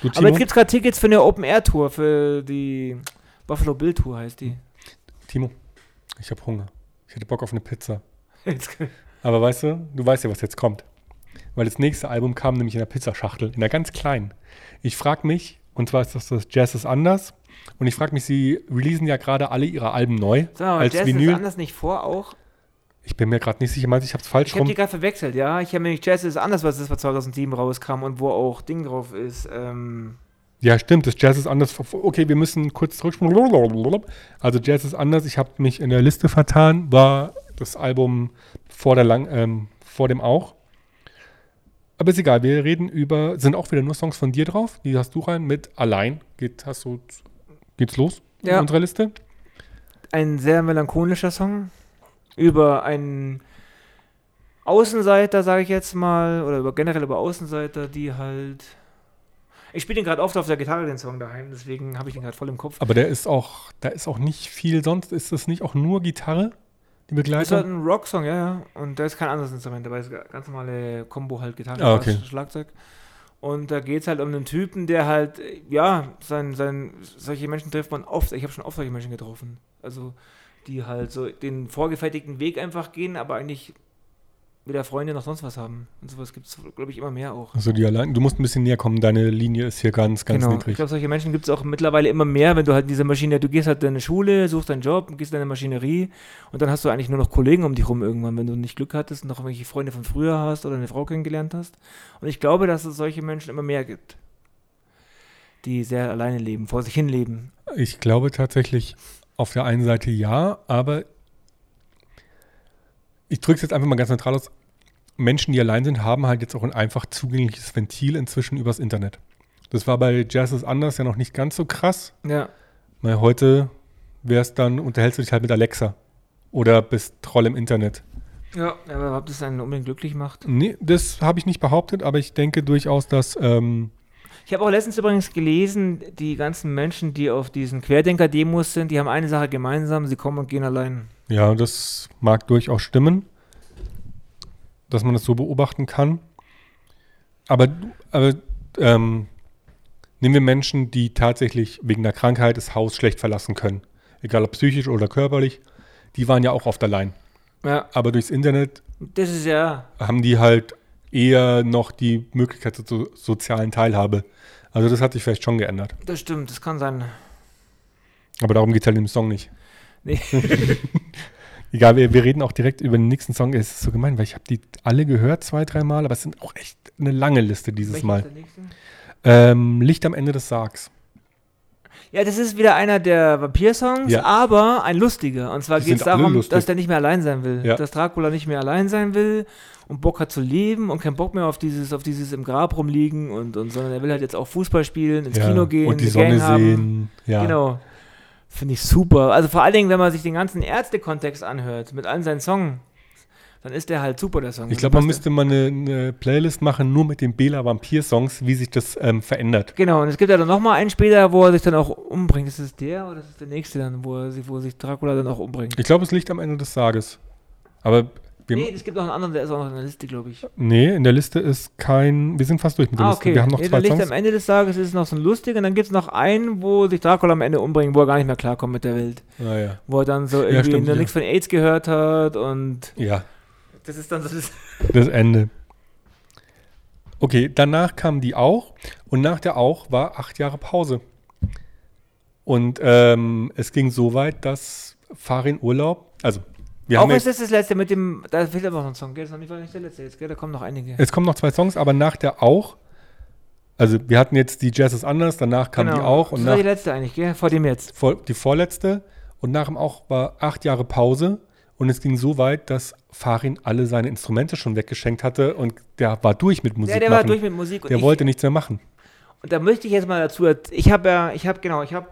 Du, Aber Timo, jetzt gibt es gerade Tickets für eine Open-Air-Tour, für die Buffalo Bill-Tour heißt Mhm. die. Timo, ich habe Hunger. Ich hätte Bock auf eine Pizza. Jetzt- Aber weißt du, du weißt ja, was jetzt kommt. Weil das nächste Album kam nämlich in einer Pizzaschachtel, in einer ganz kleinen. Ich frage mich, und zwar ist das das Jazz ist anders. Und ich frage mich, sie releasen ja gerade alle ihre Alben neu Sag mal, als Jazz ist Vinyl. anders nicht vor auch. Ich bin mir gerade nicht sicher, meinst du, ich habe es falsch Ich habe rum? die gerade verwechselt, ja. Ich habe nämlich Jazz ist anders, was das war 2007 rauskam und wo auch Ding drauf ist. Ähm, Ja, stimmt, das Jazz ist anders. Okay, wir müssen kurz zurückspringen. Also Jazz ist anders. Ich habe mich in der Liste vertan. War das Album vor, der Lang ähm, vor dem auch. Aber ist egal, wir reden über, sind auch wieder nur Songs von dir drauf. Die hast du rein mit Allein. Geht, hast du, geht's los Ja. in unserer Liste? ein sehr melancholischer Song über einen Außenseiter, sage ich jetzt mal, oder über, generell über Außenseiter, die halt. Ich spiele den gerade oft auf der Gitarre, den Song daheim, deswegen habe ich den gerade voll im Kopf. Aber der ist auch, da ist auch nicht viel sonst. Ist das nicht auch nur Gitarre, die Ist halt Begleitung? ein Rocksong, ja, ja. Und da ist kein anderes Instrument dabei, ist ganz normale Combo halt Gitarre, Ah, okay. Bass, Schlagzeug. Und da geht es halt um einen Typen, der halt, äh, ja, sein, sein, solche Menschen trifft man oft. Ich habe schon oft solche Menschen getroffen. Also, die halt so den vorgefertigten Weg einfach gehen, aber eigentlich weder Freunde noch sonst was haben. Und sowas gibt es, glaube ich, immer mehr auch. Also die Allein, du musst ein bisschen näher kommen. Deine Linie ist hier ganz, ganz genau. Ich niedrig. glaube, solche Menschen gibt es auch mittlerweile immer mehr, wenn du halt diese Maschine, du gehst halt deine Schule, suchst deinen Job, gehst in deine Maschinerie und dann hast du eigentlich nur noch Kollegen um dich rum irgendwann, wenn du nicht Glück hattest und noch irgendwelche Freunde von früher hast oder eine Frau kennengelernt hast. Und ich glaube, dass es solche Menschen immer mehr gibt, die sehr alleine leben, vor sich hin leben. Ich glaube tatsächlich auf der einen Seite ja, aber ich drücke es jetzt einfach mal ganz neutral aus. Menschen, die allein sind, haben halt jetzt auch ein einfach zugängliches Ventil inzwischen übers Internet. Das war bei Jazz ist anders ja noch nicht ganz so krass, Ja, weil heute wär's dann, unterhältst du dich halt mit Alexa oder bist Troll im Internet. ja. Aber ob das einen unbedingt glücklich macht. Nee, das habe ich nicht behauptet, aber ich denke durchaus, dass ähm, Ich habe auch letztens übrigens gelesen, die ganzen Menschen, die auf diesen Querdenker-Demos sind, die haben eine Sache gemeinsam, sie kommen und gehen allein. Ja, das mag durchaus stimmen, dass man das so beobachten kann. Aber, aber ähm, nehmen wir Menschen, die tatsächlich wegen einer Krankheit das Haus schlecht verlassen können, egal ob psychisch oder körperlich, die waren ja auch oft allein. Ja, Aber durchs Internet das ist ja haben die halt eher noch die Möglichkeit zur so- sozialen Teilhabe. Also das hat sich vielleicht schon geändert. Das stimmt, das kann sein. Aber darum geht es halt im Song nicht. Nee. Egal, wir, wir reden auch direkt über den nächsten Song. Es ist so gemein, weil ich habe die alle gehört, zwei, dreimal, aber es sind auch echt eine lange Liste dieses Welcher ist Mal. der nächste? Ähm, Licht am Ende des Sargs. Ja, das ist wieder einer der Vampir-Songs, Ja. aber ein lustiger. Und zwar Die geht es sind alle darum, lustig. dass der nicht mehr allein sein will. Ja. Dass Dracula nicht mehr allein sein will und Bock hat zu leben und keinen Bock mehr auf dieses, auf dieses im Grab rumliegen und, und sondern er will halt jetzt auch Fußball spielen, ins Ja. Kino gehen, Und die eine Sonne Gang haben. sehen. Ja. Genau. Finde ich super. Also vor allen Dingen, wenn man sich den ganzen Ärzte-Kontext anhört, mit allen seinen Songs, dann ist der halt super, der Song. Ich Also glaube, man passt müsste mal eine, eine Playlist machen, nur mit den Bela Vampir-Songs, wie sich das ähm, verändert. Genau, und es gibt ja dann nochmal einen später, wo er sich dann auch umbringt. Ist es der oder ist es der nächste dann, wo, er, sich- wo sich Dracula dann auch umbringt? Ich glaube, es Licht am Ende des Sarges. Aber wir, Nee, nee. es gibt noch einen anderen, der ist auch noch in der Liste, glaube ich. in der Liste ist kein. Wir sind fast durch mit der Ah, Liste. okay. Wir haben noch nee, zwei dann liegt Songs. am Ende des Tages ist es noch so ein lustiger, und dann gibt es noch einen, wo sich Dracula am Ende umbringt, wo er gar nicht mehr klarkommt mit der Welt. Ah, ja. Wo er dann so irgendwie stimmt, noch ja. nichts von AIDS gehört hat und ja, das ist dann so das das Ende. Okay, danach kam die Auch und nach der Auch war acht Jahre Pause. Und ähm, es ging so weit, dass Farin Urlaub, also wir auch haben ist jetzt, das das letzte mit dem. Da fehlt aber noch ein Song, gell? Das war nicht, war nicht der letzte jetzt, gell? Da kommen noch einige. es kommen noch zwei Songs, aber nach der Auch, also wir hatten jetzt die Jazz ist anders, danach kam die Auch und Genau. das war nach die letzte eigentlich, gell? Vor dem jetzt. vor, die vorletzte und nach dem auch war acht Jahre Pause und es ging so weit, dass Farin alle seine Instrumente schon weggeschenkt hatte und der war durch mit Musik Ja, der machen. war durch mit Musik. Und der ich, wollte nichts mehr machen. Und da möchte ich jetzt mal dazu, erz- ich habe ja, ich habe, genau, ich habe,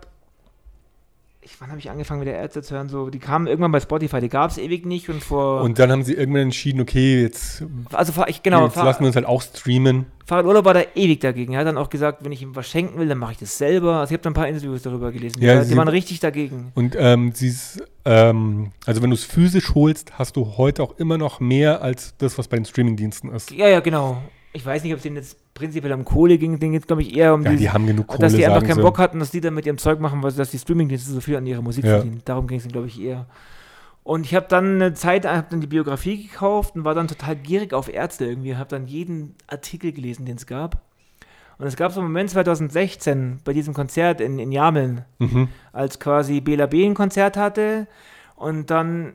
ich, wann habe ich angefangen, wieder Ärzte zu hören? So, die kamen irgendwann bei Spotify, die gab es ewig nicht und vor, Und dann haben sie irgendwann entschieden, okay, jetzt, also fa- ich, genau, jetzt lassen wir uns halt auch streamen. Fahrrad Urlaub war da ewig dagegen. Er hat dann auch gesagt, wenn ich ihm was schenken will, dann mache ich das selber. Also ich habe da ein paar Interviews darüber gelesen. Ja, die, sie- die waren richtig dagegen. Und ähm, sie ist, ähm, also wenn du es physisch holst, hast du heute auch immer noch mehr als das, was bei den Streamingdiensten ist. Ja, ja, genau. Ich weiß nicht, ob es denen jetzt prinzipiell um Kohle ging. Denen geht glaube ich, eher um Ja, die haben genug Kohle, dass die einfach sagen keinen sie. Bock hatten, dass die dann mit ihrem Zeug machen, weil dass die Streamingdienste so viel an ihre Musik Ja. verdienen. Darum ging es glaube ich, eher. Und ich habe dann eine Zeit, habe dann die Biografie gekauft und war dann total gierig auf Ärzte irgendwie. Habe dann jeden Artikel gelesen, den es gab. Und es gab so einen Moment 2016 bei diesem Konzert in, in Jameln, Mhm. als quasi Bela B ein Konzert hatte und dann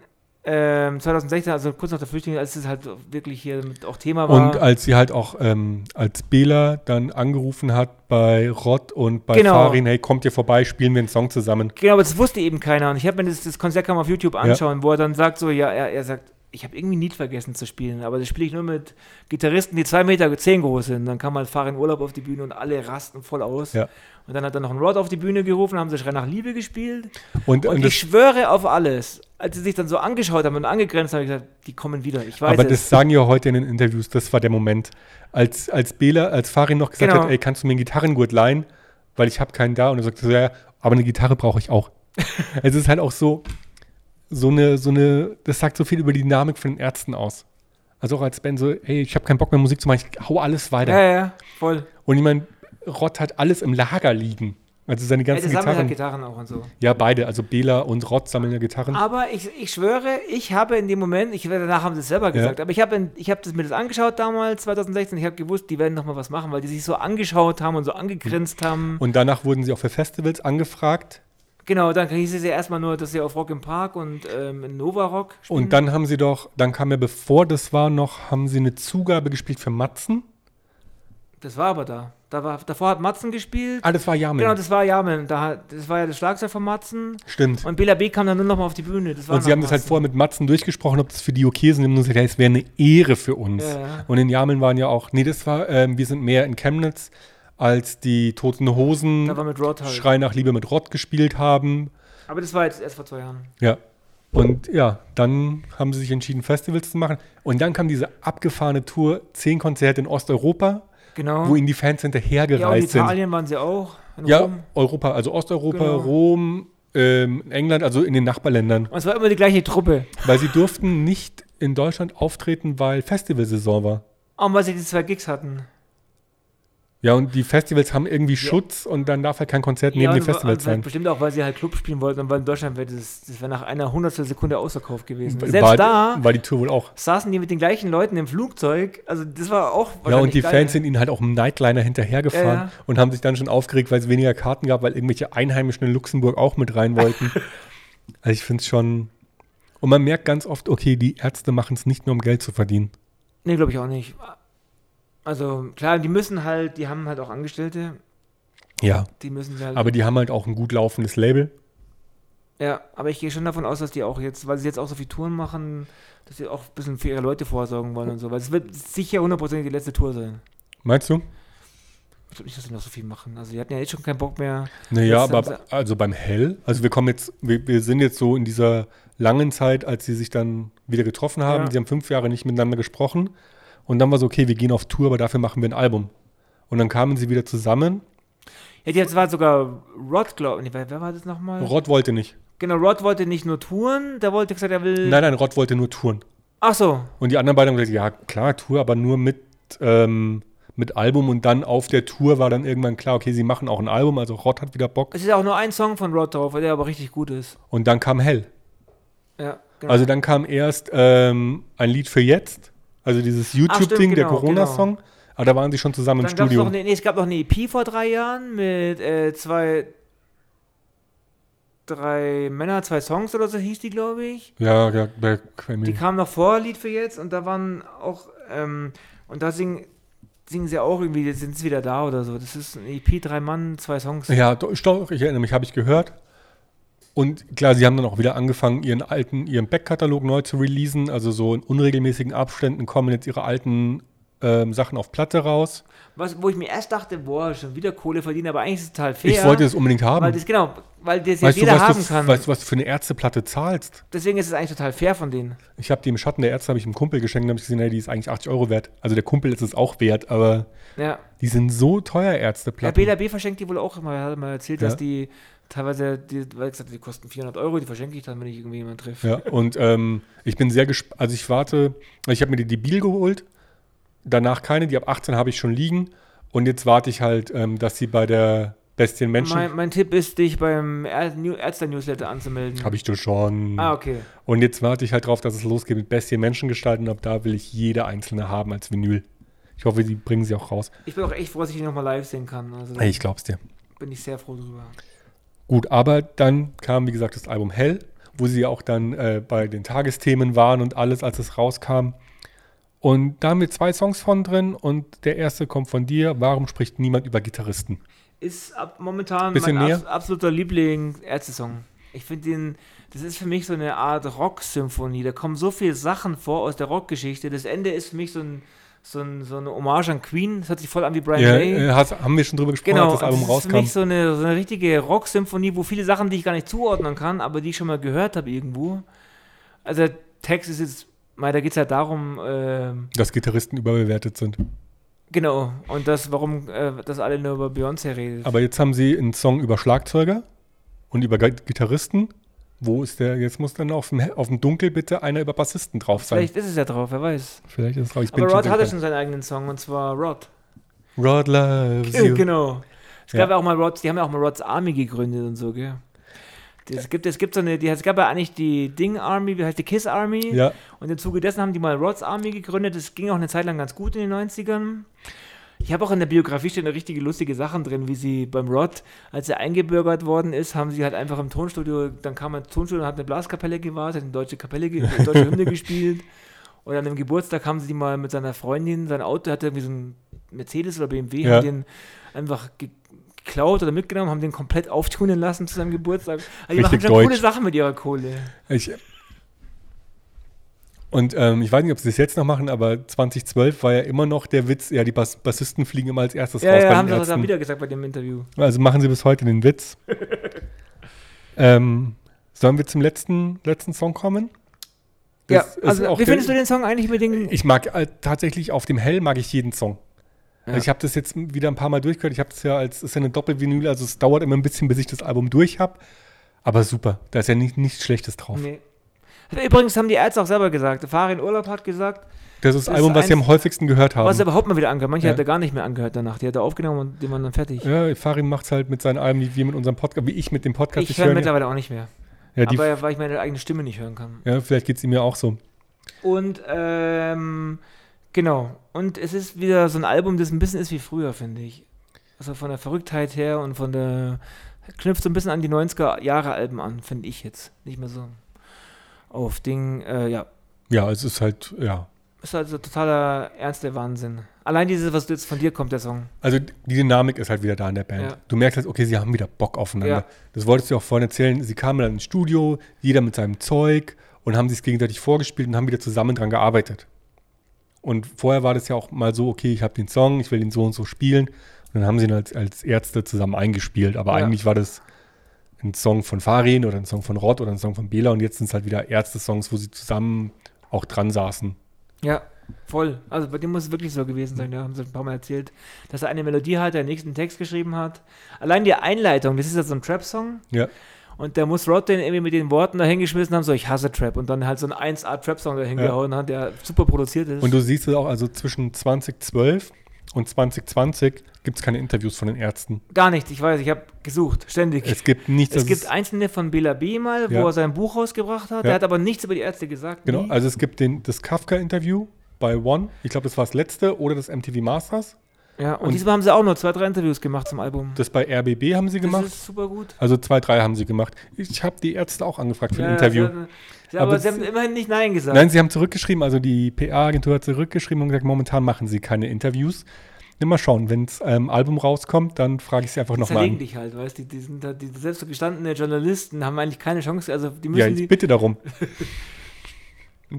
ähm, 2016, also kurz nach der Flüchtlinge, als es halt wirklich hier mit auch Thema war. Und als sie halt auch, ähm, als Bela dann angerufen hat bei Rod und bei Genau. Farin, hey, kommt ihr vorbei, spielen wir einen Song zusammen. Genau, aber das wusste eben keiner. Und ich habe mir das, das Konzert kann man auf YouTube anschauen, wo er dann sagt so, ja, er, er sagt, ich habe irgendwie ein Lied vergessen zu spielen, aber das spiele ich nur mit Gitarristen, die zwei Meter zehn groß sind. Dann kann man fahren in Urlaub auf die Bühne und alle rasten voll aus. Ja. Und dann hat er noch einen Rod auf die Bühne gerufen, haben sie Schrei nach Liebe gespielt. Und, Und, und ich das, schwöre auf alles. Als sie sich dann so angeschaut haben und angegrenzt haben, habe ich gesagt, die kommen wieder. Ich weiß aber es. das sagen ja heute in den Interviews, das war der Moment, als, als Bela, als Farin noch gesagt Genau. hat, ey, kannst du mir einen Gitarrengurt leihen, weil ich habe keinen da. Und er sagt so, ja, aber eine Gitarre brauche ich auch. es ist halt auch so, so eine, so eine, das sagt so viel über die Dynamik von den Ärzten aus. Also auch als Ben so, ey, ich habe keinen Bock mehr Musik zu machen, ich hau alles weiter. ja, ja, ja, voll. Und ich meine, Rod hat alles im Lager liegen. Also seine Ja, ganzen die sammeln halt Gitarren. Gitarren auch und so. Ja, beide. Also Bela und Rod sammeln ja Gitarren. Aber ich, ich schwöre, ich habe in dem Moment, ich danach haben sie es selber gesagt, aber ich habe in- ich habe das, mir das angeschaut damals, 2016, ich habe gewusst, die werden nochmal was machen, weil die sich so angeschaut haben und so angegrinst haben. Und danach wurden sie auch für Festivals angefragt. Genau, dann hieß es ja erstmal nur, dass sie auf Rock im Park und ähm, in Nova Rock spielen. Und dann haben sie doch, dann kam ja bevor das war noch, haben sie eine Zugabe gespielt für Matzen. das war aber da. da war, davor hat Matzen gespielt. Ah, das war Jamen. Genau, das war Jamen. Da, hat- das war ja das Schlagzeug von Matzen. Stimmt. Und, Und Bela B kam dann nur nochmal auf die Bühne. Das war sie noch haben das halt Matzen. vorher mit Matzen durchgesprochen, ob das für die okay ist. Und die haben nur gesagt, ja, es wäre eine Ehre für uns. Ja, ja. Und in Jamen waren ja auch, nee, das war, ähm, wir sind mehr in Chemnitz, als die Toten Hosen Da war mit Rod halt. Schrei nach Liebe mit Rod gespielt haben. Aber das war jetzt erst vor zwei Jahren. Ja. Und ja, dann haben sie sich entschieden, Festivals zu machen. Und dann kam diese abgefahrene Tour, zehn Konzerte in Osteuropa, Genau. wo ihnen die Fans ja, und in hinterhergereist sind. Italien waren sie auch. In Rom. Ja, Europa, also Osteuropa, Genau. Rom, ähm, England, also in den Nachbarländern. Und es war immer die gleiche Truppe. Weil sie durften nicht in Deutschland auftreten, weil Festivalsaison war. Auch weil sie die zwei Gigs hatten. Ja, und die Festivals haben irgendwie Schutz und dann darf halt kein Konzert neben den und- und Festivals sein. Bestimmt auch, weil sie halt Club spielen wollten und weil in Deutschland wäre das, das wäre nach einer hundertstel Sekunde ausverkauft gewesen. Selbst war, da war die Tour wohl auch. saßen die mit den gleichen Leuten im Flugzeug. Also das war auch Ja, und die geil. ne? Fans sind ihnen halt auch im Nightliner hinterhergefahren Ja, ja. und haben sich dann schon aufgeregt, weil es weniger Karten gab, weil irgendwelche Einheimischen in Luxemburg auch mit rein wollten. also ich finde es schon. Und man merkt ganz oft, okay, die Ärzte machen es nicht nur, um Geld zu verdienen. Nee, glaube ich auch nicht. Also klar, die müssen halt, die haben halt auch Angestellte. Ja. Die müssen sie halt. Aber die haben halt auch ein gut laufendes Label. ja, aber ich gehe schon davon aus, dass die auch jetzt, weil sie jetzt auch so viel Touren machen, dass sie auch ein bisschen für ihre Leute vorsorgen wollen und so. Weil es wird sicher hundertprozentig die letzte Tour sein. Meinst du? Ich glaube nicht, dass sie noch so viel machen. Also die hatten ja jetzt schon keinen Bock mehr. Naja, Jetzt haben aber also beim Hell, also wir kommen jetzt, wir, wir sind jetzt so in dieser langen Zeit, als sie sich dann wieder getroffen haben. Ja. Sie haben fünf Jahre nicht miteinander gesprochen. Und dann war so, okay, wir gehen auf Tour, aber dafür machen wir ein Album. Und dann kamen sie wieder zusammen. Ja, die- das war sogar Rod, glaube ich. Wer wer war das nochmal? Rod wollte nicht. Genau, Rod wollte nicht nur touren, der wollte gesagt, er will. Nein, nein, Rod wollte nur touren. Ach so, Und die anderen beiden haben gesagt, ja klar, Tour, aber nur mit, ähm, mit Album. Und dann auf der Tour war dann irgendwann klar, okay, sie machen auch ein Album. Also Rod hat wieder Bock. es ist auch nur ein Song von Rod drauf, weil der aber richtig gut ist. Und dann kam Hell. Ja, genau. Also dann kam erst ähm, ein Lied für jetzt. Also dieses stimmt, YouTube-Ding, der genau, Corona-Song. Aber da waren sie schon zusammen Dann im gab's Studio. noch eine, nee, es gab noch eine EP vor drei Jahren mit äh, zwei, drei Männer, zwei Songs oder so hieß die, glaube ich. Ja, ja, bei Die Quemil. kamen noch vor Lied für jetzt und da waren auch, ähm, und da singen, singen sie auch irgendwie, jetzt sind sie wieder da oder so. Das ist eine EP, drei Mann, zwei Songs. Ja, doch, doch, ich erinnere mich, habe ich gehört. Und klar, sie haben dann auch wieder angefangen, ihren alten, ihren Backkatalog neu zu releasen. Also so in unregelmäßigen Abständen kommen jetzt ihre alten ähm, Sachen auf Platte raus. Was, wo ich mir erst dachte, boah, schon wieder Kohle verdienen, aber eigentlich ist es total fair. Ich wollte es unbedingt weil haben. das, genau, weil das ja Weißt du, jeder haben was du, kann. weißt du, was du für eine Ärzteplatte zahlst? Deswegen ist es eigentlich total fair von denen. Ich habe die im Schatten der Ärzte, habe ich einem Kumpel geschenkt, da habe ich gesehen, ja, die ist eigentlich 80 Euro wert. Also der Kumpel ist es auch wert, aber Ja. die sind so teuer, Ja, Ärzteplatten. BLAB verschenkt die wohl auch immer. Er hat mal erzählt, Ja. dass die teilweise, die, weil gesagt, die kosten 400 Euro, die verschenke ich dann, wenn ich irgendwie jemanden treffe. Ja, und ähm, ich bin sehr gespannt. Also ich warte, ich habe mir die Debil geholt, danach keine, die ab 18 habe ich schon liegen. Und jetzt warte ich halt, ähm, dass sie bei der Bestien Mein, Menschen. mein Tipp ist, dich beim Ä- New- Ärzte-Newsletter anzumelden. Habe ich doch schon. Ah, okay. Und jetzt warte ich halt drauf, dass es losgeht mit Bestien Menschen gestalten. Ab da will ich jede einzelne haben als Vinyl. Ich hoffe, die bringen sie auch raus. Ich bin auch echt froh, dass ich die nochmal live sehen kann. Also da Ey, ich glaub's dir. bin ich sehr froh drüber. Gut, aber dann kam, wie gesagt, das Album Hell, wo sie ja auch dann äh, bei den Tagesthemen waren und alles, als es rauskam. Und da haben wir zwei Songs von drin und der erste kommt von dir. Warum spricht niemand über Gitarristen? Ist ab, momentan Bisschen mein näher? abs- absoluter Liebling Ärzte-Song. Ich finde den, das ist für mich so eine Art Rock-Symphonie. Da kommen so viele Sachen vor aus der Rockgeschichte. Das Ende ist für mich so, ein, so, ein, so eine Hommage an Queen. Das hört sich voll an wie Brian Ja, May. äh, hast, haben wir schon drüber gesprochen, Genau, als das Album das ist für rauskam. mich so eine, so eine richtige Rocksymphonie, wo viele Sachen, die ich gar nicht zuordnen kann, aber die ich schon mal gehört habe irgendwo. Also der Text ist jetzt, mal, da geht es halt darum, ähm, dass Gitarristen überbewertet sind. genau, und das, warum, äh, dass alle nur über Beyoncé reden. Aber jetzt haben sie einen Song über Schlagzeuger und über Gi- Gitarristen. Wo ist der? Jetzt muss dann auf dem, He- auf dem Dunkel bitte einer über Bassisten drauf sein. Vielleicht ist es ja drauf, wer weiß. Vielleicht ist es drauf. Ich Aber schon Rod sehr hatte gespannt. schon seinen eigenen Song, und zwar Rod. Rod loves you. genau. Es Ja. gab ja auch mal Rods, die haben ja auch mal Rods Army gegründet und so, gell. Es gibt, es gibt so eine, die, es gab ja eigentlich die Ding Army, wie heißt die Kiss Army? Ja, Und im Zuge dessen haben die mal Rods Army gegründet. Das ging auch eine Zeit lang ganz gut in den 90ern. Ich habe auch in der Biografie stehen richtige lustige Sachen drin, wie sie beim Rod, als er eingebürgert worden ist, haben sie halt einfach im Tonstudio, dann kam er ins Tonstudio und hat eine Blaskapelle gewahrt, hat eine deutsche Kapelle, ge eine deutsche Hymne gespielt. Und an dem Geburtstag haben sie die mal mit seiner Freundin, sein Auto hatte irgendwie so ein Mercedes oder BMW, Ja. haben den einfach ge geklaut oder mitgenommen, haben den komplett auftunen lassen zu seinem Geburtstag. Also die machen Richtig schon coole deutsch. Sachen mit ihrer Kohle. Ich, und ähm, ich weiß nicht, ob sie das jetzt noch machen, aber 2012 war ja immer noch der Witz, ja, die Bass Bassisten fliegen immer als erstes Ja, raus ja, bei haben den sie das Ärzten. auch wieder gesagt bei dem Interview. Also machen sie bis heute den Witz. ähm, sollen wir zum letzten, letzten Song kommen? Ja, Das ist also auch wie der- findest du den Song eigentlich mit den... Ich mag äh, tatsächlich auf dem Hell mag ich jeden Song. Ja. Also ich habe das jetzt wieder ein paar Mal durchgehört. Ich habe es ja als ist ja eine Doppelvinyl, also es dauert immer ein bisschen, bis ich das Album durch habe. Aber super, da ist ja nicht, nichts Schlechtes drauf. nee. Übrigens haben die Ärzte auch selber gesagt, Farin Urlaub hat gesagt, Das ist das Das Album, ist was sie eins- am häufigsten gehört haben. was er überhaupt mal wieder angehört. Manche Ähm. Ja. hat er gar nicht mehr angehört danach. Die hat er aufgenommen und die waren dann fertig. Ja, Farin macht es halt mit seinen Alben, wie wir mit unserem Podcast, wie ich mit dem Podcast. ich höre höre ihn- mittlerweile auch nicht mehr. ja, die, aber weil ich meine eigene Stimme nicht hören kann. ja, vielleicht geht es ihm ja auch so. Und ähm, genau. Und es ist wieder so ein Album, das ein bisschen ist wie früher, finde ich. Also von der Verrücktheit her und von der knüpft so ein bisschen an die 90er Jahre Alben an, finde ich jetzt. Nicht mehr so auf Ding, äh, ja, Ja, es ist halt, ja. Ist also totaler ernster Wahnsinn. Allein dieses, was jetzt von dir kommt, der Song. Also die Dynamik ist halt wieder da in der Band. Ja. Du merkst halt, okay, sie haben wieder Bock aufeinander. Ja. Das wolltest du auch vorhin erzählen. Sie kamen dann ins Studio, jeder mit seinem Zeug und haben sich gegenseitig vorgespielt und haben wieder zusammen dran gearbeitet. Und vorher war das ja auch mal so, okay, ich habe den Song, ich will den so und so spielen. Und dann haben sie ihn als, als Ärzte zusammen eingespielt. Aber Ja. eigentlich war das ein Song von Farin oder ein Song von Rod oder ein Song von Bela. Und jetzt sind es halt wieder Ärzte-Songs, wo sie zusammen auch dran saßen. Ja, voll. Also bei dem muss es wirklich so gewesen sein, da haben sie ein paar Mal erzählt, dass er eine Melodie hat, der den nächsten Text geschrieben hat. Allein die Einleitung, das ist ja so ein Trap-Song. Ja. Und da muss Rod den irgendwie mit den Worten da hingeschmissen haben, so ich hasse Trap. Und dann halt so ein 1A-Trap-Song da hingehauen hat, der super produziert ist. Und du siehst es auch, also zwischen 2012 und 2020 gibt es keine Interviews von den Ärzten. Gar nichts, ich weiß, ich habe gesucht, ständig. Es gibt nichts. Es das gibt ist, einzelne von Bela B mal, Ja. wo er sein Buch rausgebracht hat. Ja. Der hat aber nichts über die Ärzte gesagt. genau, nie. also es gibt den, das Kafka-Interview, bei One. Ich glaube, das war das letzte oder das MTV Masters. Ja, und, Und- diesmal haben sie auch noch zwei, drei Interviews gemacht zum Album. Das bei RBB haben sie gemacht. Das ist super gut. Also zwei, drei haben sie gemacht. Ich habe die Ärzte auch angefragt für Ja, ein Interview. das hat- Ja, aber, Aber sie haben das- immerhin nicht Nein gesagt. Nein, sie haben zurückgeschrieben, also die PA-Agentur hat zurückgeschrieben und gesagt, momentan machen sie keine Interviews. Nimm mal schauen, wenn das ähm, Album rauskommt, dann frage ich sie einfach die nochmal zerlegen an. dich halt, weißt du? Die, die sind da, die selbst so gestandene Journalisten haben eigentlich keine Chance. Also die Ja, müssen ich die, bitte darum.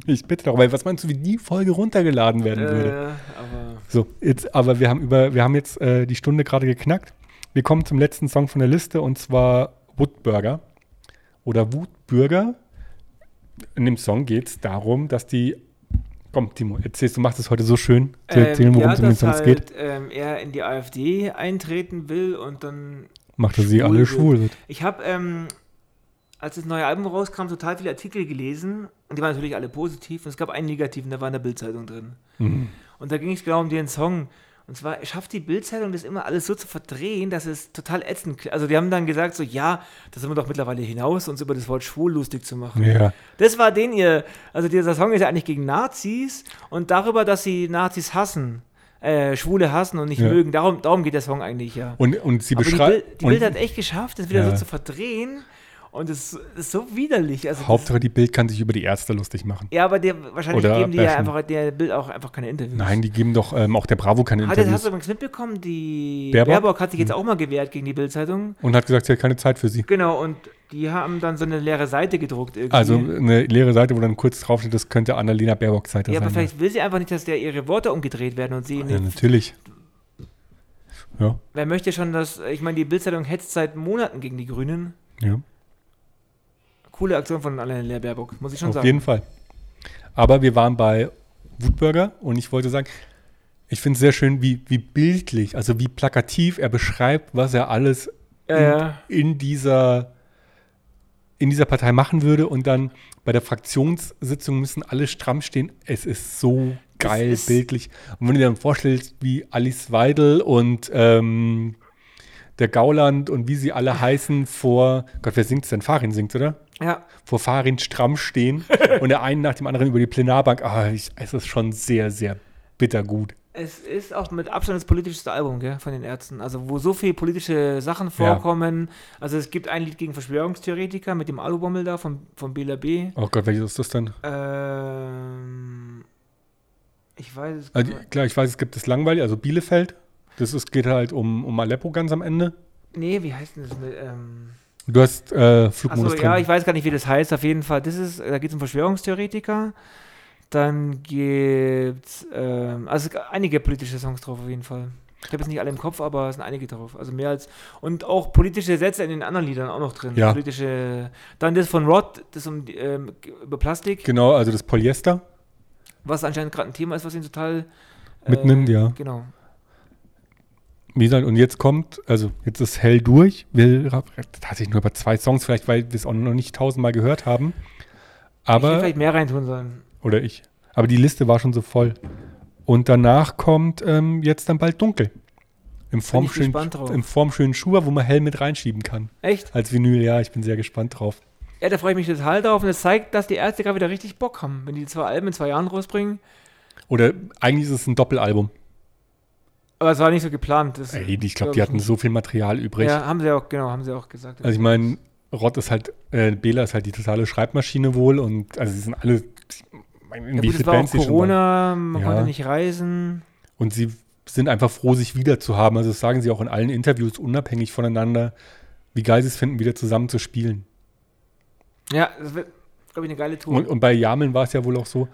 ich bitte darum, weil was meinst du, wie die Folge runtergeladen werden würde? äh, aber So, jetzt, aber wir haben über, wir haben jetzt äh, die Stunde gerade geknackt. Wir kommen zum letzten Song von der Liste und zwar Woodburger oder Woodburger. In dem Song geht es darum, dass die. Komm, Timo, erzählst du, machst es heute so schön. Zu erzählen, worum Ähm, ja, es in dem dass Song halt, geht. Ähm, er in die AfD eintreten will und dann. Macht, dass sie schwul alle wird. schwul wird. Ich habe, ähm, als das neue Album rauskam, total viele Artikel gelesen und die waren natürlich alle positiv und es gab einen negativen, der war in der Bildzeitung drin. Mhm. Und da ging es genau um den Song. Und zwar schafft die Bildzeitung das immer alles so zu verdrehen, dass es total ätzend klingt. Also die haben dann gesagt so, ja, das sind wir doch mittlerweile hinaus, uns über das Wort schwul lustig zu machen. Ja. Das war den ihr, also dieser Song ist ja eigentlich gegen Nazis und darüber, dass sie Nazis hassen, äh, Schwule hassen und nicht Ja. mögen. Darum, darum geht der Song eigentlich ja. Und, und sie Aber die, beschreibt. Bild, die Bild hat echt geschafft, das wieder Ja. so zu verdrehen und es ist so widerlich. Also das- Hauptsache, die Bild kann sich über die Ärzte lustig machen. ja, aber der, wahrscheinlich Oder geben die ja bashen. einfach der Bild auch einfach keine Interviews. Nein, die geben doch ähm, auch der Bravo keine Ah, das hast Interviews. du übrigens mitbekommen, die Baerbock? Hm. Baerbock, hat sich jetzt auch mal gewehrt gegen die Bildzeitung. und hat gesagt, sie hat keine Zeit für sie. Genau, und die haben dann so eine leere Seite gedruckt irgendwie. Also eine leere Seite, wo dann kurz draufsteht, das könnte Annalena Baerbock Seite ja, sein. ne? aber vielleicht will sie einfach nicht, dass der ihre Worte umgedreht werden und sie. Ja, natürlich. Ja, Wer möchte schon, dass. Ich meine, die Bildzeitung hetzt seit Monaten gegen die Grünen. ja. Coole Aktion von Annalena Baerbock, muss ich schon Auf sagen. jeden Fall. Aber wir waren bei Wutburger und ich wollte sagen, ich finde es sehr schön, wie, wie bildlich, also wie plakativ er beschreibt, was er alles Ja, ja. in dieser in dieser Partei machen würde und dann bei der Fraktionssitzung müssen alle stramm stehen. Es ist so geil ist- bildlich. Und wenn du dir dann vorstellst, wie Alice Weidel und ähm, der Gauland und wie sie alle heißen vor, Gott, wer singt's denn? Farin singt, oder? ja. Vor Farin stramm stehen und der einen nach dem anderen über die Plenarbank. Ah, ich, es ist schon sehr, sehr bittergut. Es ist auch mit Abstand das politischste Album gell, von den Ärzten. Also, wo so viele politische Sachen vorkommen. Also, es gibt ein Lied gegen Verschwörungstheoretiker mit dem Alubommel da von, von Bela B. Oh Gott, welches ist das denn? Ähm, ich weiß es gar Also, nicht. klar, ich weiß, es gibt das Langweilige, also Bielefeld. Das ist, geht halt um, um Aleppo ganz am Ende. Nee, wie heißt denn das? Mit, ähm, Du hast äh, Flugmodus achso, drin. ja, ich weiß gar nicht, wie das heißt. Auf jeden Fall, das ist, da geht es um Verschwörungstheoretiker. Dann gibt's, ähm, also es gibt einige politische Songs drauf auf jeden Fall. Ich habe jetzt nicht alle im Kopf, aber es sind einige drauf. Also mehr als. Und auch politische Sätze in den anderen Liedern auch noch drin. Ja. Politische. Dann das von Rod, das um die, ähm, über Plastik, genau, also das Polyester was anscheinend gerade ein Thema ist, was ihn total äh, mitnimmt, ja. Genau. Wie gesagt, und jetzt kommt, also jetzt ist hell durch. Wir ra- tatsächlich nur über zwei Songs, vielleicht weil wir es auch noch nicht tausendmal gehört haben. ich hätte Aber, vielleicht mehr reintun sollen. oder ich, aber die Liste war schon so voll. Und danach kommt ähm, jetzt dann bald dunkel. Im ich formschönen, gespannt drauf. Im formschönen Schuber, wo man hell mit reinschieben kann. Echt? Als Vinyl, ja, ich bin sehr gespannt drauf. Ja, da freue ich mich total drauf und es zeigt, dass die Ärzte gerade wieder richtig Bock haben, wenn die zwei Alben in zwei Jahren rausbringen. Oder eigentlich ist es ein Doppelalbum. Aber es war nicht so geplant. Das, Ey, die- ich glaube, glaub die hatten nicht. so viel Material übrig. Ja, haben sie auch, genau, haben sie auch gesagt. Also ich meine, Rott ist halt, äh, Bela ist halt die totale Schreibmaschine wohl und also sie sind alle, ich mein, in ja, wie gut, viel es war auch Bands sie schon waren. Corona, man Ja. konnte nicht reisen. Und sie sind einfach froh, sich wieder zu haben. Also das sagen sie auch in allen Interviews unabhängig voneinander, wie geil sie es finden, wieder zusammen zu spielen. Ja, das wird, glaube ich, eine geile Tour. Und, und bei Jameln war es ja wohl auch so,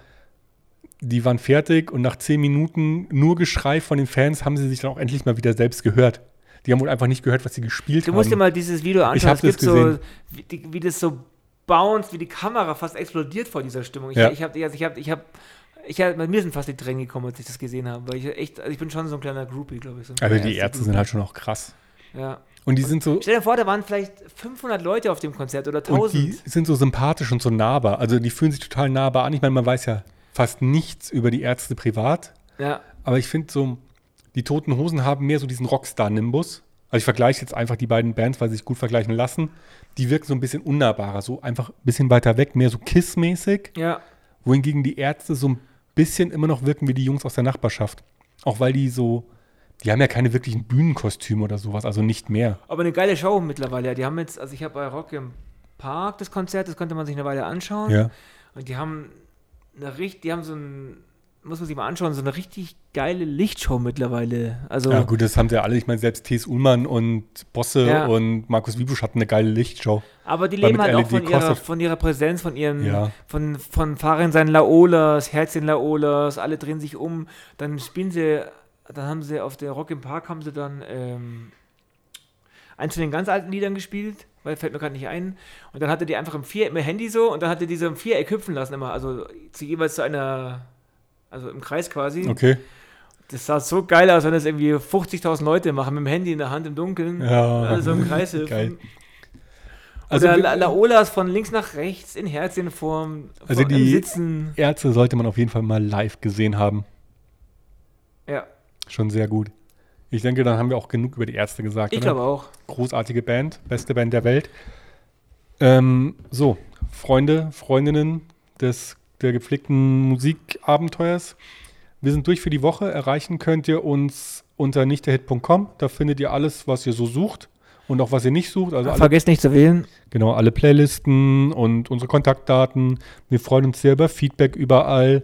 die waren fertig und nach zehn Minuten nur Geschrei von den Fans haben sie sich dann auch endlich mal wieder selbst gehört. Die haben wohl einfach nicht gehört, was sie gespielt du haben. musst dir mal dieses Video anschauen. hab es das gibt so, gesehen. wie, die, wie das so bounced, wie die Kamera fast explodiert vor dieser Stimmung. Ich, Ja. ich habe, also ich habe, ich habe, ich hab, bei mir sind fast die Tränen gekommen, als ich das gesehen habe. Weil ich echt, also ich bin schon so ein kleiner Groupie, glaube ich. So ein also kleiner die Ärzte sind halt schon auch krass. Ja. Und die sind so, Stell dir vor, da waren vielleicht 500 Leute auf dem Konzert oder Und 1000. die sind so sympathisch und so nahbar. Also die fühlen sich total nahbar an. Ich meine, man weiß ja fast nichts über die Ärzte privat. Ja, Aber ich finde so, die Toten Hosen haben mehr so diesen Rockstar-Nimbus. Also ich vergleiche jetzt einfach die beiden Bands, weil sie sich gut vergleichen lassen. Die wirken so ein bisschen unnahbarer, so einfach ein bisschen weiter weg, mehr so Kiss-mäßig. ja. Wohingegen die Ärzte so ein bisschen immer noch wirken wie die Jungs aus der Nachbarschaft. Auch weil die so, die haben ja keine wirklichen Bühnenkostüme oder sowas, also nicht mehr. Aber eine geile Show mittlerweile. ja. Die haben jetzt, also ich habe bei Rock im Park das Konzert, das konnte man sich eine Weile anschauen. Ja. Und die haben eine richtig, die haben so ein, muss man sich mal anschauen, so eine richtig geile Lichtshow mittlerweile. Also Ja, gut, das haben sie ja alle. Ich meine, selbst T.S. Ullmann und Bosse Ja. und Markus Wiebusch hatten eine geile Lichtshow. Aber die Weil leben mit halt auch LED von ihrer, kostet- von ihrer Präsenz, von ihrem, Ja. von, von Fahren sein Laolas, Herz in Laolas, alle drehen sich um, dann spielen sie, dann haben sie auf der Rock im Park haben sie dann ähm, eins von den ganz alten Liedern gespielt, weil fällt mir gerade nicht ein. Und dann hatte die einfach im Viereck, im Handy so, und dann hatte die so im Viereck hüpfen lassen immer, also zu jeweils zu einer, also im Kreis quasi. Okay. Das sah so geil aus, wenn das irgendwie 50.000 Leute machen, mit dem Handy in der Hand im Dunkeln, Ja. alle so im Kreis hüpfen. Geil. Also Also, Oder La- Laolas von links nach rechts in Herzchenform Also vom- die- im Sitzen. Ärzte sollte man auf jeden Fall mal live gesehen haben. Ja, Schon sehr gut. Ich denke, dann haben wir auch genug über die Ärzte gesagt. ich oder? glaube auch. Großartige Band, beste Band der Welt. Ähm, so, Freunde, Freundinnen des, der gepflegten Musikabenteuers. Wir sind durch für die Woche. Erreichen könnt ihr uns unter nichtderhit.com. Da findet ihr alles, was ihr so sucht und auch was ihr nicht sucht. Also alle Vergesst nicht zu wählen. Genau, alle Playlisten und unsere Kontaktdaten. Wir freuen uns sehr über Feedback überall.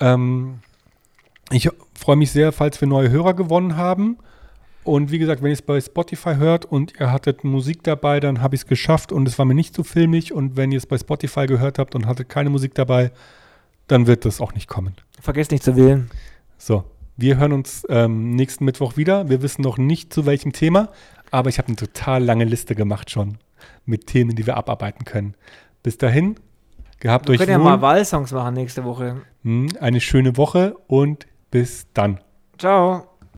Ähm, ich freue mich sehr, falls wir neue Hörer gewonnen haben. Und wie gesagt, wenn ihr es bei Spotify hört und ihr hattet Musik dabei, dann habe ich es geschafft und es war mir nicht zu filmig. Und wenn ihr es bei Spotify gehört habt und hattet keine Musik dabei, dann wird das auch nicht kommen. Vergesst nicht zu wählen. So, wir hören uns ähm, nächsten Mittwoch wieder. Wir wissen noch nicht zu welchem Thema, aber ich habe eine total lange Liste gemacht schon mit Themen, die wir abarbeiten können. Bis dahin, gehabt Wir euch können ja mal wohl, Wahlsongs machen nächste Woche. Hm, eine schöne Woche und bis dann. Ciao.